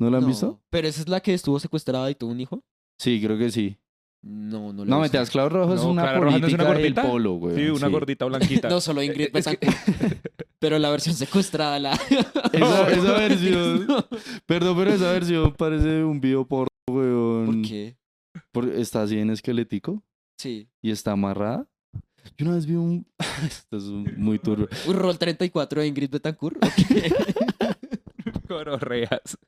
[SPEAKER 2] ¿No la han visto?
[SPEAKER 1] Pero esa es la que estuvo secuestrada y tuvo un hijo.
[SPEAKER 2] Sí, creo que sí.
[SPEAKER 1] No, no la he
[SPEAKER 2] No,
[SPEAKER 1] visto.
[SPEAKER 2] mentiras, Clara Rojas es
[SPEAKER 3] No,
[SPEAKER 2] una
[SPEAKER 3] Clara Rojas no es
[SPEAKER 2] política
[SPEAKER 3] una
[SPEAKER 2] del
[SPEAKER 3] gordita.
[SPEAKER 2] polo, güey.
[SPEAKER 3] Sí, una gordita blanquita.
[SPEAKER 1] No, solo Ingrid
[SPEAKER 3] Es que-
[SPEAKER 1] Betancourt. Pero la versión secuestrada, la.
[SPEAKER 2] Esa, esa
[SPEAKER 1] No,
[SPEAKER 2] versión...
[SPEAKER 1] no.
[SPEAKER 2] Perdón, pero esa versión parece un video porno, güey.
[SPEAKER 1] ¿Por qué?
[SPEAKER 2] Porque está así en esquelético
[SPEAKER 1] Sí.
[SPEAKER 2] y está amarrada. Yo una vez vi un... Esto es un- muy turbio.
[SPEAKER 1] Un rol 34 de Ingrid Betancourt. ok.
[SPEAKER 3] Gonorreas.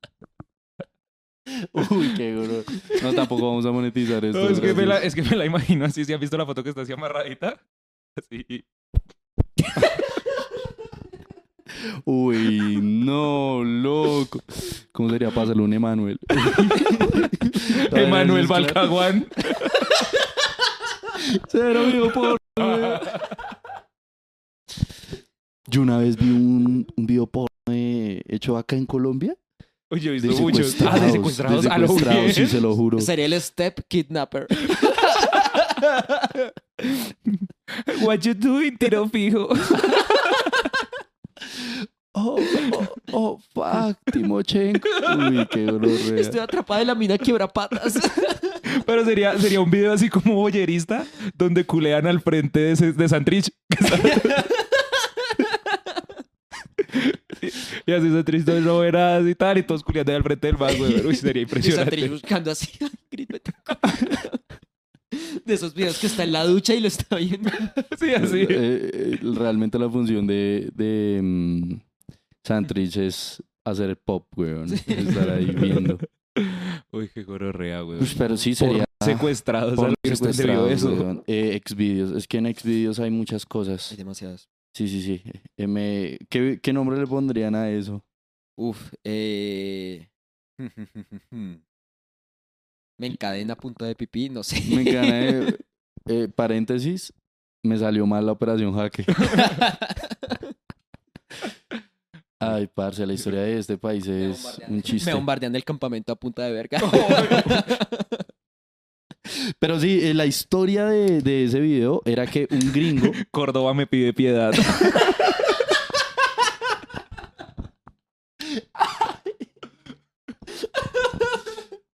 [SPEAKER 2] Uy, qué gordo. No, tampoco vamos a monetizar esto.
[SPEAKER 3] No, es, que me la,
[SPEAKER 2] gracias.
[SPEAKER 3] es que me la imagino así. ¿Si han visto la foto que está así amarradita? Así.
[SPEAKER 2] Uy, no, loco. ¿Cómo sería pasarle un Emanuel?
[SPEAKER 3] Emanuel
[SPEAKER 2] Balcán.
[SPEAKER 3] Balcaguán.
[SPEAKER 2] Cero, amigo, por. güey. Yo una vez vi un, un video porno eh, hecho acá en Colombia.
[SPEAKER 3] Oye, yo he
[SPEAKER 2] De
[SPEAKER 3] visto muchos. Ah, de secuestrados.
[SPEAKER 2] de
[SPEAKER 3] a lo
[SPEAKER 2] secuestrados,
[SPEAKER 3] bien.
[SPEAKER 2] sí, se lo juro.
[SPEAKER 1] Sería el Step Kidnapper.
[SPEAKER 3] What you doing, tiro fijo.
[SPEAKER 2] Oh, oh, oh, fuck, Timochenko. Uy, qué dolor.
[SPEAKER 1] Estoy atrapada en la mina quiebra patas.
[SPEAKER 3] Pero sería, sería un video así como boyerista donde culean al frente de, ese- de Santrich. y así Santrich no no ve nada y tal, y todos culeando ahí al frente del más, güey. Uy, sería
[SPEAKER 1] Y Santrich
[SPEAKER 3] impresionante.
[SPEAKER 1] buscando así a Ingrid Betancourt. De esos videos que está en la ducha y lo está viendo.
[SPEAKER 3] Sí, así.
[SPEAKER 2] Eh, realmente la función de, de mm, Santrich es hacer pop, weón. Es Estar ahí viendo.
[SPEAKER 3] Uy, qué gororrea, güey.
[SPEAKER 2] Uy, pero sí sería.
[SPEAKER 3] Secuestrados.
[SPEAKER 2] porno
[SPEAKER 3] ¿Alguien
[SPEAKER 2] secuestrado,
[SPEAKER 3] vio eso?
[SPEAKER 2] weón. Eh, Xvideos. Es que en Xvideos hay muchas
[SPEAKER 1] Hay
[SPEAKER 2] cosas.
[SPEAKER 1] demasiadas.
[SPEAKER 2] Sí, sí, sí. M- ¿Qué, ¿Qué nombre le pondrían a eso?
[SPEAKER 1] Uf, eh... Me encadena punta de pipí, no sé.
[SPEAKER 2] Me encanta. eh, eh, paréntesis. Me salió mal la operación jaque. Ay, parce, la historia de este país es un
[SPEAKER 1] Me
[SPEAKER 2] chiste. Oh,
[SPEAKER 1] bombardean del campamento a punta de verga.
[SPEAKER 2] Pero sí, eh, la historia de, de ese video era que un gringo.
[SPEAKER 3] Córdoba me pide piedad.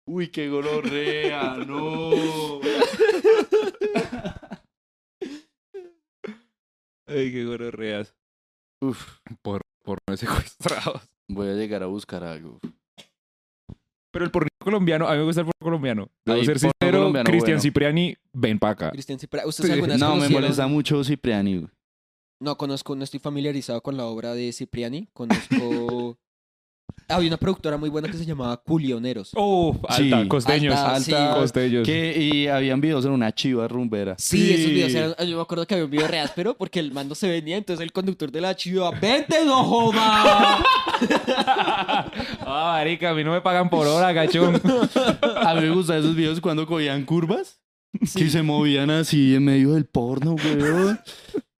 [SPEAKER 2] Uy, qué gororrea, no.
[SPEAKER 3] Ay, qué gororreas.
[SPEAKER 2] Uf,
[SPEAKER 3] Por, por no secuestrados.
[SPEAKER 2] voy a llegar a buscar algo.
[SPEAKER 3] Pero el porno colombiano, a mí me gusta el porno colombiano. Debo
[SPEAKER 2] Ay,
[SPEAKER 3] ser
[SPEAKER 2] porno
[SPEAKER 3] sincero,
[SPEAKER 2] colombiano,
[SPEAKER 3] Cristian
[SPEAKER 2] bueno.
[SPEAKER 3] Cipriani, ven pa' acá.
[SPEAKER 1] Cristian Cipra, ¿ustedes
[SPEAKER 3] Sí.
[SPEAKER 1] alguna vez
[SPEAKER 2] No, me
[SPEAKER 1] conocieron-
[SPEAKER 2] molesta mucho Cipriani. güey.
[SPEAKER 1] No conozco, no estoy familiarizado con la obra de Cipriani. Conozco. Había una productora muy buena que se llamaba Culioneros.
[SPEAKER 3] Oh,
[SPEAKER 2] Sí.
[SPEAKER 3] alta, costeños.
[SPEAKER 1] Alta, sí.
[SPEAKER 3] alta, costeños.
[SPEAKER 2] Que, y habían videos en una chiva rumbera.
[SPEAKER 1] Sí, esos videos eran. Yo me acuerdo que había un video re áspero porque el mando se venía, entonces el conductor de la chiva, ¡vete, no joda!
[SPEAKER 3] Ah, marica, a mí no me pagan por hora, gachón.
[SPEAKER 2] A mí me gustaban esos videos cuando cogían curvas. Que se movían así en medio del porno, weón.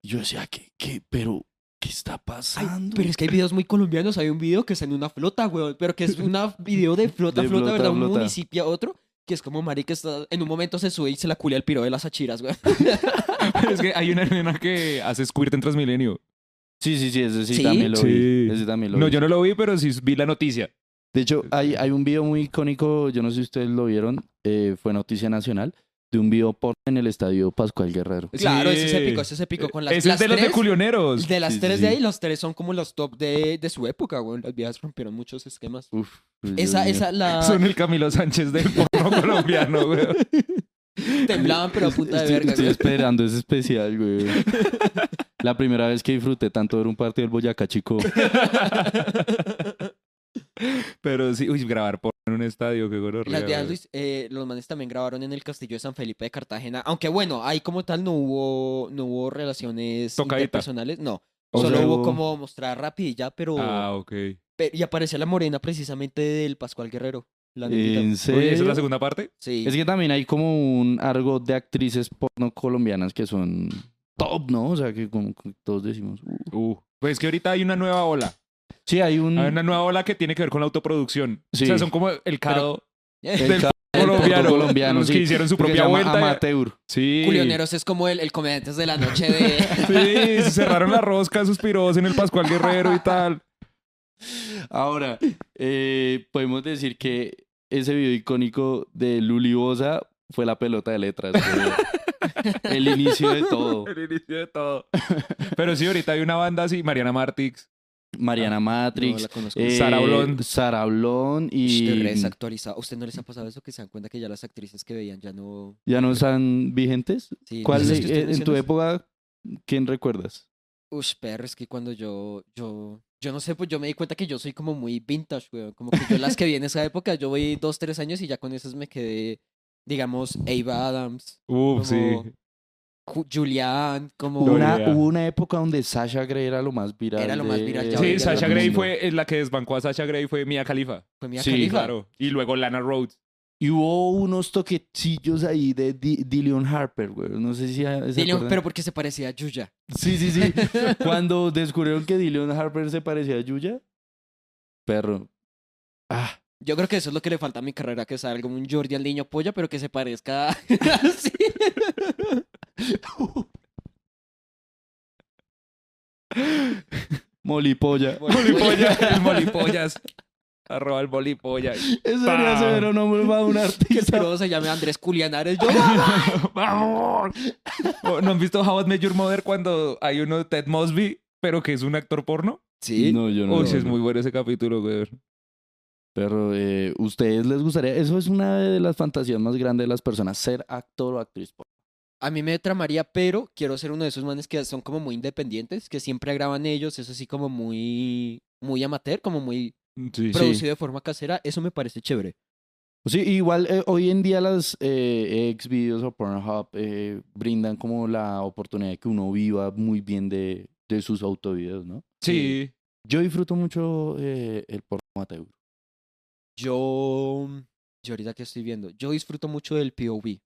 [SPEAKER 2] Yo decía, ¿qué, qué? ¿Pero qué está pasando?
[SPEAKER 1] Pero es que hay videos muy colombianos. Hay un video que está en una flota, weón, pero que es un video de flota,
[SPEAKER 2] De
[SPEAKER 1] flota,
[SPEAKER 2] flota,
[SPEAKER 1] ¿verdad? Un
[SPEAKER 2] flota.
[SPEAKER 1] municipio a otro. Que es como marica está, en un momento se sube y se la culea el piro de las achiras, güey.
[SPEAKER 3] es que hay una nena que hace squirt en Transmilenio.
[SPEAKER 2] Sí, sí, sí, ese sí,
[SPEAKER 1] ¿Sí?
[SPEAKER 2] también lo
[SPEAKER 3] Sí.
[SPEAKER 2] vi. Ese también lo
[SPEAKER 3] No,
[SPEAKER 2] vi.
[SPEAKER 3] yo no lo vi, pero sí vi la noticia.
[SPEAKER 2] De hecho, hay, hay un video muy icónico, yo no sé si ustedes lo vieron, eh, fue noticia nacional, de un video porno en el estadio Pascual Guerrero.
[SPEAKER 1] Claro, ese es
[SPEAKER 3] Sí.
[SPEAKER 1] épico, ese es épico. Con las,
[SPEAKER 3] Ese
[SPEAKER 1] las
[SPEAKER 3] es de los de
[SPEAKER 1] tres-
[SPEAKER 3] culioneros.
[SPEAKER 1] De las
[SPEAKER 2] Sí, sí,
[SPEAKER 1] tres de
[SPEAKER 2] sí.
[SPEAKER 1] ahí, los tres son como los top de, de su época, güey. Las viejas rompieron muchos esquemas.
[SPEAKER 2] Uf. Dios
[SPEAKER 1] Esa,
[SPEAKER 2] mío.
[SPEAKER 1] esa, la
[SPEAKER 3] Son el Camilo Sánchez del porno colombiano, güey.
[SPEAKER 1] temblaban, pero a punta de
[SPEAKER 2] Estoy,
[SPEAKER 1] verga,
[SPEAKER 2] estoy
[SPEAKER 1] güey.
[SPEAKER 2] esperando ese especial, güey. La primera vez que disfruté tanto ver un partido del Boyacá, chico.
[SPEAKER 3] Pero sí, uy, grabar por en un estadio, qué gonorrea,
[SPEAKER 1] Las de
[SPEAKER 3] güey.
[SPEAKER 1] Luis, eh, los manes también grabaron en el castillo de San Felipe de Cartagena. Aunque bueno, ahí como tal no hubo, no hubo relaciones
[SPEAKER 3] Tocadita.
[SPEAKER 1] interpersonales. No.
[SPEAKER 3] O
[SPEAKER 1] Solo
[SPEAKER 3] sea,
[SPEAKER 1] hubo como mostrar rapidilla, pero.
[SPEAKER 3] Ah, ok.
[SPEAKER 1] pe- y aparecía la morena precisamente del Pascual Guerrero. La nenita.
[SPEAKER 2] En
[SPEAKER 3] Oye, ¿esa es la
[SPEAKER 2] serio.
[SPEAKER 3] segunda parte?
[SPEAKER 1] Sí.
[SPEAKER 2] Es Eh, que también hay como un argot de actrices porno colombianas que son top, ¿no? O sea, que como que todos decimos. "Uh".
[SPEAKER 3] Uh. Pues es que ahorita hay una nueva ola.
[SPEAKER 2] Sí, hay un.
[SPEAKER 3] Hay una nueva ola que tiene que ver con la autoproducción.
[SPEAKER 2] Mm. Sí.
[SPEAKER 3] O sea, son como el cado
[SPEAKER 2] el
[SPEAKER 3] del
[SPEAKER 2] ca- el porno
[SPEAKER 3] colombiano.
[SPEAKER 2] colombiano,
[SPEAKER 3] los
[SPEAKER 2] sí,
[SPEAKER 3] que hicieron su
[SPEAKER 2] que se
[SPEAKER 3] propia
[SPEAKER 2] llama
[SPEAKER 3] vuelta.
[SPEAKER 2] Amateur.
[SPEAKER 3] Sí.
[SPEAKER 1] Culioneros es como el, el comediantes de la noche de.
[SPEAKER 3] Sí, se cerraron la rosca, suspiros en el Pascual Guerrero y tal.
[SPEAKER 2] Ahora, eh, podemos decir que ese video icónico de Luli Bosa fue la pelota de letras. güey. el inicio de todo.
[SPEAKER 3] El inicio de todo. Pero sí, ahorita hay una banda así, Mariana Martix.
[SPEAKER 2] Mariana
[SPEAKER 1] No
[SPEAKER 2] Matrix.
[SPEAKER 1] la conozco.
[SPEAKER 2] eh,
[SPEAKER 3] Sara Blon.
[SPEAKER 2] Sara Blon
[SPEAKER 1] Ush, estoy re
[SPEAKER 2] y.
[SPEAKER 1] desactualizado. ¿Usted no les ha pasado eso que se dan cuenta que ya las actrices que veían ya no.
[SPEAKER 2] ¿Ya no están vigentes?
[SPEAKER 1] Sí,
[SPEAKER 2] ¿Cuál
[SPEAKER 1] ¿no es
[SPEAKER 2] eh,
[SPEAKER 1] que usted
[SPEAKER 2] en tu
[SPEAKER 1] menciona eso?
[SPEAKER 2] época, quién recuerdas?
[SPEAKER 1] Ush, perro, es que cuando yo, yo, yo no sé, pues yo me di cuenta que yo soy como muy vintage, weón. Como que yo las que vi en esa época, yo voy dos, tres años y ya con esas me quedé, digamos, Ava Adams,
[SPEAKER 3] Uf,
[SPEAKER 1] Como-
[SPEAKER 3] sí.
[SPEAKER 1] Ju- Julianne, como...
[SPEAKER 3] Lo
[SPEAKER 2] Una-
[SPEAKER 3] idea.
[SPEAKER 2] hubo una época donde Sasha Grey era lo más viral.
[SPEAKER 1] Era lo más viral, ya
[SPEAKER 3] Sí,
[SPEAKER 1] ahorita
[SPEAKER 3] Sasha
[SPEAKER 1] lo
[SPEAKER 3] Grey
[SPEAKER 1] mismo.
[SPEAKER 3] fue eh, la que desbancó a Sasha Grey fue Mia Khalifa.
[SPEAKER 1] Fue Mia
[SPEAKER 2] Sí,
[SPEAKER 1] Khalifa.
[SPEAKER 3] Claro. Y luego Lana Rhodes.
[SPEAKER 2] Y hubo unos toquecillos ahí de Di- Dillion Harper, güey. No sé si se
[SPEAKER 1] Dile,
[SPEAKER 2] acuerdan.
[SPEAKER 1] pero porque se parecía a Yuya.
[SPEAKER 2] Sí, sí, sí. Cuando descubrieron que Dillion Harper se parecía a Yuya. Perro. Ah,
[SPEAKER 1] Yo creo que eso es lo que le falta a mi carrera, que salga un Jordi al niño polla, pero que se parezca así.
[SPEAKER 2] molipolla.
[SPEAKER 3] Molipolla, el Molipollas. Arroba el Molipolla.
[SPEAKER 2] Ese sería
[SPEAKER 3] Pam.
[SPEAKER 2] severo nombre para un
[SPEAKER 1] Que
[SPEAKER 2] artista.
[SPEAKER 1] pero se llame Andrés Culianares. Yo,
[SPEAKER 3] ¡Vamos! ¿No han visto How I Met Your Mother cuando hay uno de Ted Mosby, pero que es un actor porno?
[SPEAKER 1] sí.
[SPEAKER 2] No, yo no.
[SPEAKER 3] Uy,
[SPEAKER 2] lo
[SPEAKER 3] sí, es
[SPEAKER 2] veo.
[SPEAKER 3] muy bueno ese capítulo, güey.
[SPEAKER 2] Pero eh, ustedes les gustaría, eso es una de las fantasías más grandes de las personas, ser actor o actriz.
[SPEAKER 1] A mí me tramaría, pero quiero ser uno de esos manes que son como muy independientes, que siempre graban ellos, eso así como muy, muy amateur, como muy
[SPEAKER 3] Sí,
[SPEAKER 1] producido de forma casera, eso me parece chévere.
[SPEAKER 2] Sí, igual eh, hoy en día las eh, ex videos o Pornhub eh, brindan como la oportunidad de que uno viva muy bien de, de sus autovideos, ¿no?
[SPEAKER 3] Sí.
[SPEAKER 2] Yo disfruto mucho eh, el porno amateur.
[SPEAKER 1] Yo, yo ahorita que estoy viendo, yo disfruto mucho del POV. Hay,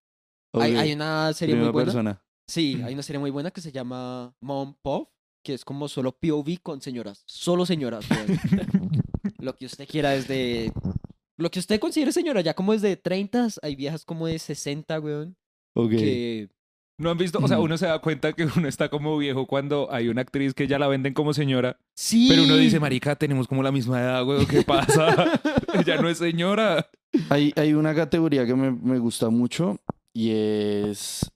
[SPEAKER 2] Ok,
[SPEAKER 1] hay una serie muy
[SPEAKER 2] primera
[SPEAKER 1] buena.
[SPEAKER 2] persona.
[SPEAKER 1] Sí, hay una serie muy buena que se llama Mom Pop, que es como solo POV con señoras, solo señoras. weón. Lo que usted quiera desde... Lo que usted considere señora, ya como desde 30, hay viejas como de 60, weón,
[SPEAKER 2] Ok.
[SPEAKER 1] que...
[SPEAKER 3] ¿No han visto? O sea, uno se da cuenta que uno está como viejo cuando hay una actriz que ya la venden como señora,
[SPEAKER 1] Sí.
[SPEAKER 3] pero uno dice, marica, tenemos como la misma edad, güey, ¿qué pasa? ya no es señora.
[SPEAKER 2] Hay, hay una categoría que me, me gusta mucho y es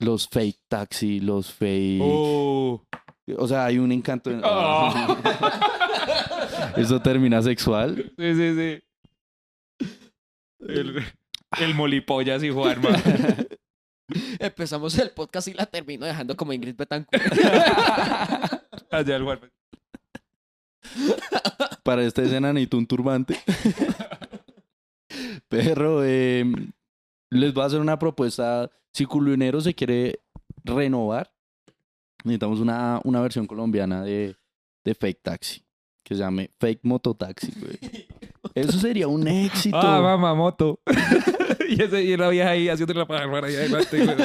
[SPEAKER 2] los fake taxi, los fake...
[SPEAKER 3] Oh.
[SPEAKER 2] O sea, hay un encanto. en-
[SPEAKER 3] Oh.
[SPEAKER 2] Eso termina sexual.
[SPEAKER 3] Sí, sí, sí. El, el molipollas y Juanma.
[SPEAKER 1] Empezamos el podcast y la termino dejando como Ingrid Betancourt.
[SPEAKER 3] Allá Ah, el Juanma.
[SPEAKER 2] Para esta escena necesito un turbante. Pero eh, les voy a hacer una propuesta. Si Culionero se quiere renovar, necesitamos una, una versión colombiana de, de Fake Taxi. Que se llame Fake Mototaxi, güey. Eso sería un éxito.
[SPEAKER 3] Ah, mamá, moto. y, ese, y la vieja ahí haciendo la paja para allá adelante. güey.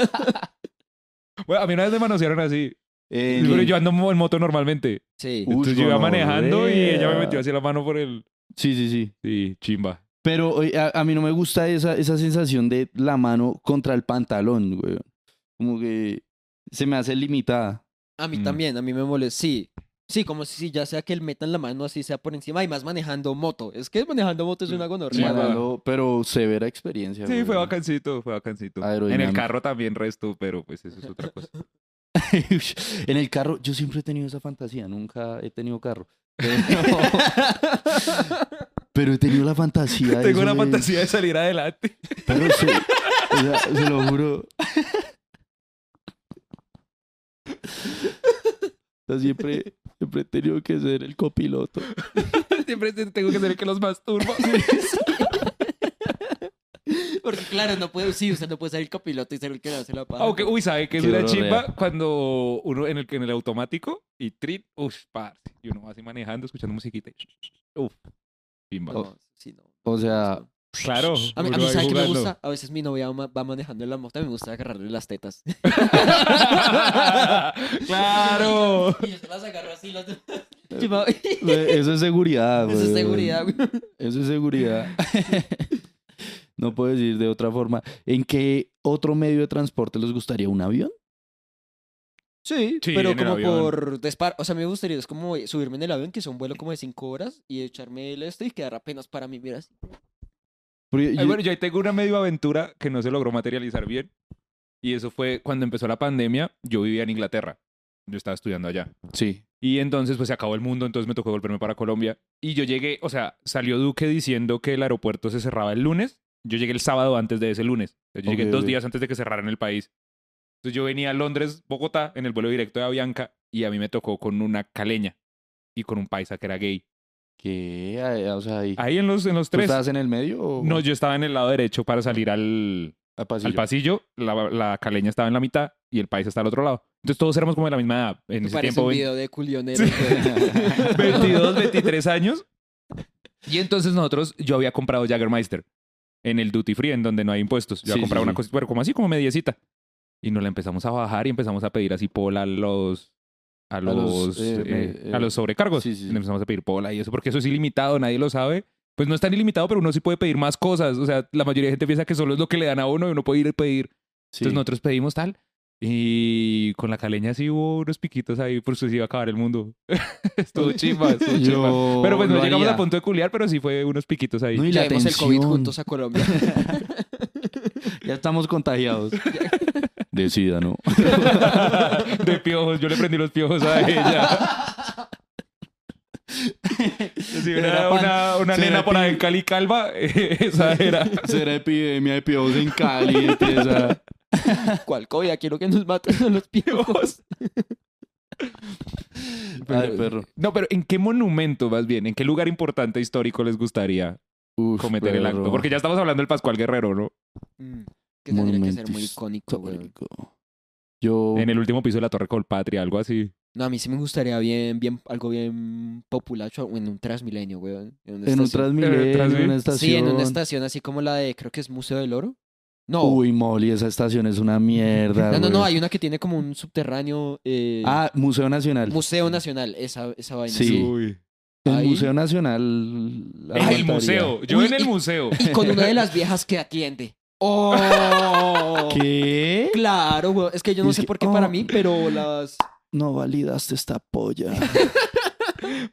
[SPEAKER 3] Bueno, a mí una vez me manosearon así.
[SPEAKER 2] Eh,
[SPEAKER 3] Pero yo ando mo- en moto normalmente.
[SPEAKER 1] Sí.
[SPEAKER 2] Uy,
[SPEAKER 3] Entonces yo iba manejando y ella me
[SPEAKER 2] gonorrea.
[SPEAKER 3] metió así la mano por el.
[SPEAKER 2] Sí, sí, sí.
[SPEAKER 3] Sí, chimba.
[SPEAKER 2] Pero oye, a, a mí no me gusta esa, esa sensación de la mano contra el pantalón, güey. Como que se me hace limitada.
[SPEAKER 1] A mí
[SPEAKER 3] Mm.
[SPEAKER 1] también, a mí me molesta. Sí. Sí, como si ya sea que el metan la mano así sea por encima y más manejando moto. Es que manejando moto es una
[SPEAKER 3] Sí,
[SPEAKER 1] gonorrea.
[SPEAKER 3] va.
[SPEAKER 2] Manejando, pero severa experiencia.
[SPEAKER 3] Sí,
[SPEAKER 2] güey.
[SPEAKER 3] fue bacancito, fue bacancito. En el
[SPEAKER 2] Aerodinámica.
[SPEAKER 3] carro también resto, pero pues eso es otra cosa.
[SPEAKER 2] en el carro, yo siempre he tenido esa fantasía, nunca he tenido carro. Pero, pero he tenido la fantasía. de eso
[SPEAKER 3] Tengo una
[SPEAKER 2] de-
[SPEAKER 3] fantasía de salir adelante.
[SPEAKER 2] Pero se, o sea, se lo juro. sea, siempre, siempre he tenido que ser el copiloto.
[SPEAKER 3] Siempre tengo que ser el que los masturba.
[SPEAKER 1] Porque claro, no puede, sí, usted no puede ser el copiloto y ser el que le hace la paja.
[SPEAKER 3] Aunque, Ah, uy, ¿sabe que es
[SPEAKER 2] Qué
[SPEAKER 3] una
[SPEAKER 2] dolor
[SPEAKER 3] chimba?
[SPEAKER 2] real.
[SPEAKER 3] Cuando uno en el, en el automático y trit, uff, parce. Y uno va así manejando, escuchando musiquita. y Uff, chimba.
[SPEAKER 1] No, sí, no.
[SPEAKER 2] O sea,
[SPEAKER 3] Claro.
[SPEAKER 1] A mí, a
[SPEAKER 3] uno
[SPEAKER 1] mí
[SPEAKER 3] ahí
[SPEAKER 1] ¿sabe qué me
[SPEAKER 3] jugando.
[SPEAKER 1] gusta? A veces mi novia ma- va manejando en la moto y me gusta agarrarle las tetas.
[SPEAKER 3] claro.
[SPEAKER 1] Y yo se las agarro así. Las...
[SPEAKER 3] Ah,
[SPEAKER 1] Y va- Eso
[SPEAKER 2] eso es seguridad, güey.
[SPEAKER 1] es seguridad, güey.
[SPEAKER 2] Eso es seguridad. no puedo decir de otra forma. ¿En qué otro medio de transporte les gustaría un avión?
[SPEAKER 1] Sí,
[SPEAKER 3] Sí,
[SPEAKER 1] pero
[SPEAKER 3] en el
[SPEAKER 1] como
[SPEAKER 3] avión.
[SPEAKER 1] por despar, o sea, me gustaría es como subirme en el avión, que es un vuelo como de cinco horas, y echarme el este y quedar apenas para mí, mira así.
[SPEAKER 2] Porque
[SPEAKER 3] Ay,
[SPEAKER 2] yo-
[SPEAKER 3] bueno, yo ahí tengo una medio aventura que no se logró materializar bien. Y eso fue cuando empezó la pandemia. Yo vivía en Inglaterra. Yo estaba estudiando allá.
[SPEAKER 2] Sí.
[SPEAKER 3] Y entonces, pues se acabó el mundo, entonces me tocó volverme para Colombia. Y yo llegué, o sea, salió Duque diciendo que el aeropuerto se cerraba el lunes. Yo llegué el sábado antes de ese lunes. Yo llegué
[SPEAKER 2] Ok,
[SPEAKER 3] dos
[SPEAKER 2] ok.
[SPEAKER 3] días antes de que cerraran el país. Entonces yo venía a Londres, Bogotá, en el vuelo directo de Avianca. Y a mí me tocó con una caleña y con un paisa que era gay.
[SPEAKER 2] Que, ay, o sea, ahí.
[SPEAKER 3] Ahí en los, en los
[SPEAKER 2] ¿Tú
[SPEAKER 3] tres.
[SPEAKER 2] estabas en el medio o
[SPEAKER 3] No, yo estaba en el lado derecho para salir al,
[SPEAKER 2] al pasillo?
[SPEAKER 3] al pasillo, la, la caleña estaba en la mitad y el país está al otro lado. Entonces todos éramos como de la misma edad. En
[SPEAKER 1] Me
[SPEAKER 3] ese
[SPEAKER 1] parece
[SPEAKER 3] tiempo,
[SPEAKER 1] un
[SPEAKER 3] vein-
[SPEAKER 1] video de culionero. pues. güey.
[SPEAKER 3] 22, 23 años. Y entonces nosotros, yo había comprado Jaggermeister en el Duty Free, en donde no hay impuestos. Yo
[SPEAKER 2] Sí,
[SPEAKER 3] había comprado
[SPEAKER 2] sí,
[SPEAKER 3] una
[SPEAKER 2] sí.
[SPEAKER 3] cosita, pero como así, como mediecita. Y nos la empezamos a bajar y empezamos a pedir así pola a los... A los,
[SPEAKER 2] los, eh,
[SPEAKER 3] eh,
[SPEAKER 2] me-
[SPEAKER 3] a los sobrecargos.
[SPEAKER 2] sí, sí, sí.
[SPEAKER 3] Y le empezamos a pedir pola y eso, porque eso es ilimitado, nadie lo sabe. Pues no es tan ilimitado, pero uno sí puede pedir más cosas. O sea, la mayoría de gente piensa que solo es lo que le dan a uno y uno puede ir a pedir
[SPEAKER 2] Sí.
[SPEAKER 3] entonces nosotros pedimos tal. Y con la caleña sí hubo unos piquitos ahí por si se iba a acabar el mundo. estuvo chimba, estuvo chimba.
[SPEAKER 2] Yo
[SPEAKER 3] Pero pues no
[SPEAKER 2] lo
[SPEAKER 3] llegamos
[SPEAKER 2] haría.
[SPEAKER 3] a punto de culiar, pero sí fue unos piquitos ahí.
[SPEAKER 2] No, y la
[SPEAKER 1] Llevemos el COVID
[SPEAKER 2] tensión.
[SPEAKER 1] juntos a Colombia.
[SPEAKER 2] Ya estamos contagiados. Decida, ¿no?
[SPEAKER 3] de piojos, yo le prendí los piojos a ella. Si
[SPEAKER 2] Era
[SPEAKER 3] era
[SPEAKER 2] pan-
[SPEAKER 3] una, una
[SPEAKER 2] será
[SPEAKER 3] nena por ahí
[SPEAKER 2] pi-
[SPEAKER 3] en Cali calva, esa era.
[SPEAKER 2] Será epidemia de piojos en Cali. Empieza.
[SPEAKER 1] ¿Cuál COVID? Quiero que nos maten a los piojos.
[SPEAKER 2] Ay, perro.
[SPEAKER 3] No, pero ¿en qué monumento más bien? ¿En qué lugar importante histórico les gustaría
[SPEAKER 2] Uf,
[SPEAKER 3] cometer el acto?
[SPEAKER 2] perro.
[SPEAKER 3] Porque ya estamos hablando del Pascual Guerrero, ¿no?
[SPEAKER 1] Mm, Que tendría que ser
[SPEAKER 2] Monumento
[SPEAKER 1] muy icónico, güey.
[SPEAKER 2] histórico. Yo.
[SPEAKER 3] En el último piso de la Torre Colpatria, algo así.
[SPEAKER 1] No, a mí sí me gustaría bien, bien, algo bien populacho en un Transmilenio, güey. En, una
[SPEAKER 2] En un
[SPEAKER 1] estación.
[SPEAKER 2] Transmilenio,
[SPEAKER 3] Transmi-
[SPEAKER 2] en una estación.
[SPEAKER 1] Sí, en una estación así como la de, creo que es Museo del Oro. No,
[SPEAKER 2] Uy, Molly, esa estación es una mierda.
[SPEAKER 1] no, no, no,
[SPEAKER 2] güey.
[SPEAKER 1] hay una que tiene como un subterráneo eh,
[SPEAKER 2] Ah, Museo Nacional.
[SPEAKER 1] Museo Nacional, esa, esa vaina.
[SPEAKER 2] Sí.
[SPEAKER 3] Uy.
[SPEAKER 2] el
[SPEAKER 1] ahí.
[SPEAKER 2] Museo Nacional. la
[SPEAKER 3] En el
[SPEAKER 2] aguantaría.
[SPEAKER 3] museo. Yo
[SPEAKER 1] Uy,
[SPEAKER 3] en el
[SPEAKER 1] y-
[SPEAKER 3] museo.
[SPEAKER 1] Y con una de las viejas que atiende. ¡Oh!
[SPEAKER 2] ¿Qué?
[SPEAKER 1] Claro, güey. Es que yo no
[SPEAKER 2] Es
[SPEAKER 1] sé
[SPEAKER 2] que-
[SPEAKER 1] por qué para
[SPEAKER 2] oh.
[SPEAKER 1] mí, pero las...
[SPEAKER 2] No validaste esta polla.